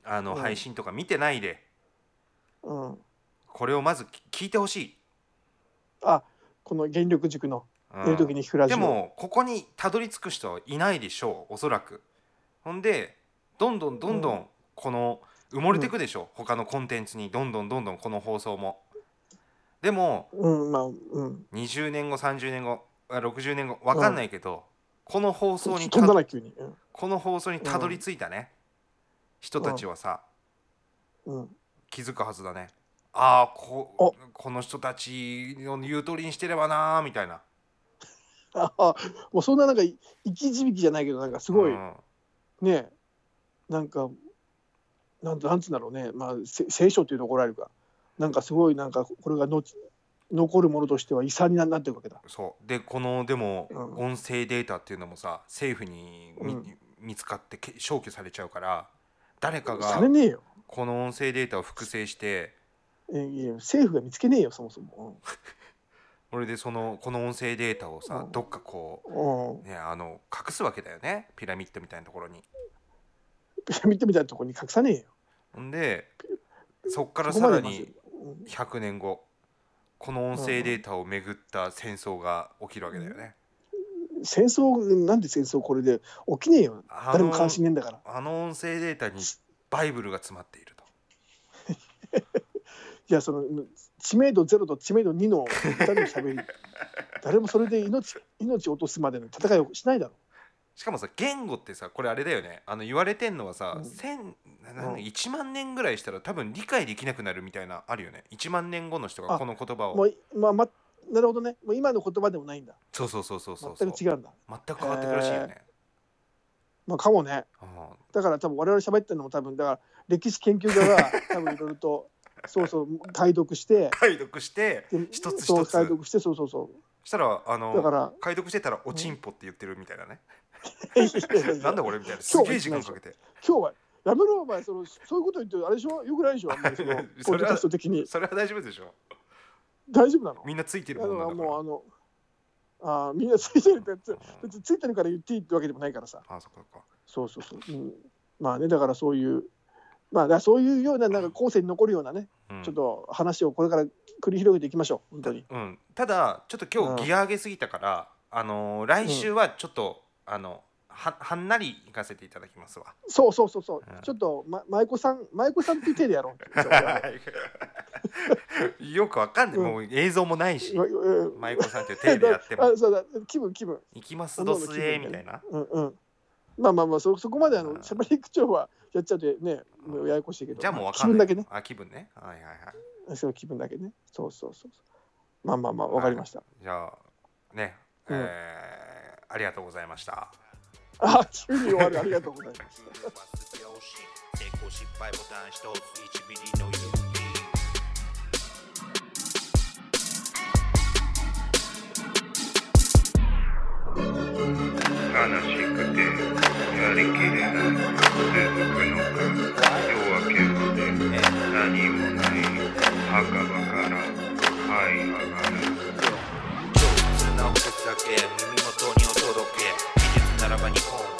S4: あの
S1: うん
S4: 配信とか見てないで、
S1: うん、
S4: これをまず聞いてほしい、
S1: あこの原力塾の
S4: うん
S1: 寝る時に聞くラ
S4: で
S1: ジオ。
S4: もここにたどり着く人はいないでしょうおそらくほんでどんどんどんど
S1: うん
S4: んこの埋もれていくでしょう、他のコンテンツにどんどんどんどんこの放送もでも
S1: うん、まあ、うん。
S4: 20年後30年後あ60年後分かんないけど、この放送にた
S1: 飛んだな、急に。うん
S4: この放送にたどり着いたね、人たちはさ、
S1: うん、
S4: 気づくはずだねああこ
S1: お
S4: この人たちの言う通りにしてればなーみたいな
S1: ああもうそんななんか生き字引きじゃないけどなんかすごい、
S4: うん
S1: ねえなんかなんなんつうんだろうね、まあ、せ聖書っていうと怒られるかなんかすごいなんかこれがの残るものとしては遺産にななってるわけだ
S4: そうでこのでも、
S1: うん
S4: 音声データっていうのもさ政府にみ、
S1: うん
S4: 見つかってけ消去されちゃうから誰か
S1: さ
S4: が
S1: れねえよ
S4: この音声データを複製して
S1: えいや政府が見つけねえよそもそも、
S4: 俺でそのこの音声データをさ、
S1: うん
S4: どっかこ
S1: うん
S4: う、ね、あの隠すわけだよねピラミッドみたいなところに。
S1: ピラミッドみたいなとこに隠さねえよ。
S4: ほんでそっから
S1: そこ
S4: さら
S1: までまず
S4: に100年後この音声データをめぐった戦争が起きるわけだよね。
S1: うん戦争なんで戦争これで起きねえよ。
S4: あ
S1: 誰も
S4: の
S1: 関心ねえんだから。
S4: あの音声データにバイブルが詰まっていると。
S1: いやその知名度ゼロと知名度2の誰も喋り
S4: (laughs)
S1: 誰もそれで命命を落とすまでの戦いをしないだろ
S4: しかもさ言語ってさこれあれだよねあの言われてんのはさ、
S1: うん
S4: 千な
S1: う
S4: な
S1: ん
S4: 1万年ぐらいしたら多分理解できなくなるみたいなあるよね1万年後の人が
S1: あ
S4: この言葉
S1: う。も
S4: を
S1: うまあまなるほどね。もう今の言葉でもないんだ。
S4: そうそうそうそうそう
S1: 全く違うんだ。
S4: 全く変わってくらしいよね、
S1: まあかもね。
S4: うん
S1: だから多分我々喋ってるのも多分だから歴史研究家
S4: (laughs)
S1: が多分いろいろとそうそう解読して
S4: 解読して
S1: で
S4: 一つ
S1: そう
S4: 一つ
S1: 解読してそうそうそ
S4: したらあの
S1: うだ
S4: (laughs)
S1: から
S4: 解読してたら「おちんぽ」って言ってるみたいなね、
S1: な
S4: なんだこれみたいなす
S1: 今日
S4: げえ時間かけて
S1: 今日はやめろお前そのそういうこと言ってあれでしょよくないでしょあんまりそのポ
S4: (laughs) そ
S1: ッ
S4: れ
S1: ド
S4: は
S1: キャスト的に
S4: それは大丈夫でしょ
S1: 大丈夫なの
S4: みんなついてる
S1: だか
S4: もんな
S1: ら
S4: んだか
S1: もう
S4: ら
S1: あのあーみんなついてるってやつ
S4: うん
S1: 別についてるから言っていいってわけでもないからさ
S4: あそっかそっか
S1: そうそうそう、うん、まあねだからそういうまあだからそういうようななんか後世に残るようなね、
S4: うん
S1: ちょっと話をこれから繰り広げていきましょう本当に
S4: うん、ただちょっと今
S1: うん
S4: 日ギア上げすぎたから、あのー来週はちょっと、あのははんなり行かせていただきますわ。
S1: そうそうそうそう、
S4: うん
S1: ちょっと、ま、舞妓さん舞妓さんっていう手でやろ
S4: (laughs)
S1: う
S4: よくわかんない、
S1: うん
S4: もう映像もないし、
S1: 舞
S4: 舞妓さんっていう手でやっても
S1: あそう (laughs) だ気分気分
S4: 「行きますどすえ」みたいな、
S1: うんうんまあまあまあそそこまであ
S4: う
S1: の
S4: ん
S1: しゃべり口調はやっちゃうとねもうややこしいけど
S4: じゃあもうわ
S1: 気
S4: かん
S1: 分
S4: な
S1: だ
S4: い
S1: けね
S4: あ気分ねはいはいはい
S1: そう気分だけねそうそうそうそうまあまあまあわかりました、
S4: じゃあね、
S1: うん
S4: えーありがとうございました。
S1: あ急に終わるありがとうございます
S5: 成功失敗ボタン一つ1ミリの勇気
S6: 悲しくてやりきれない続くのか弱い者の夜明けで何もない墓場から這い上がる
S5: 上質な音だけ耳元にお届け技術ならば日本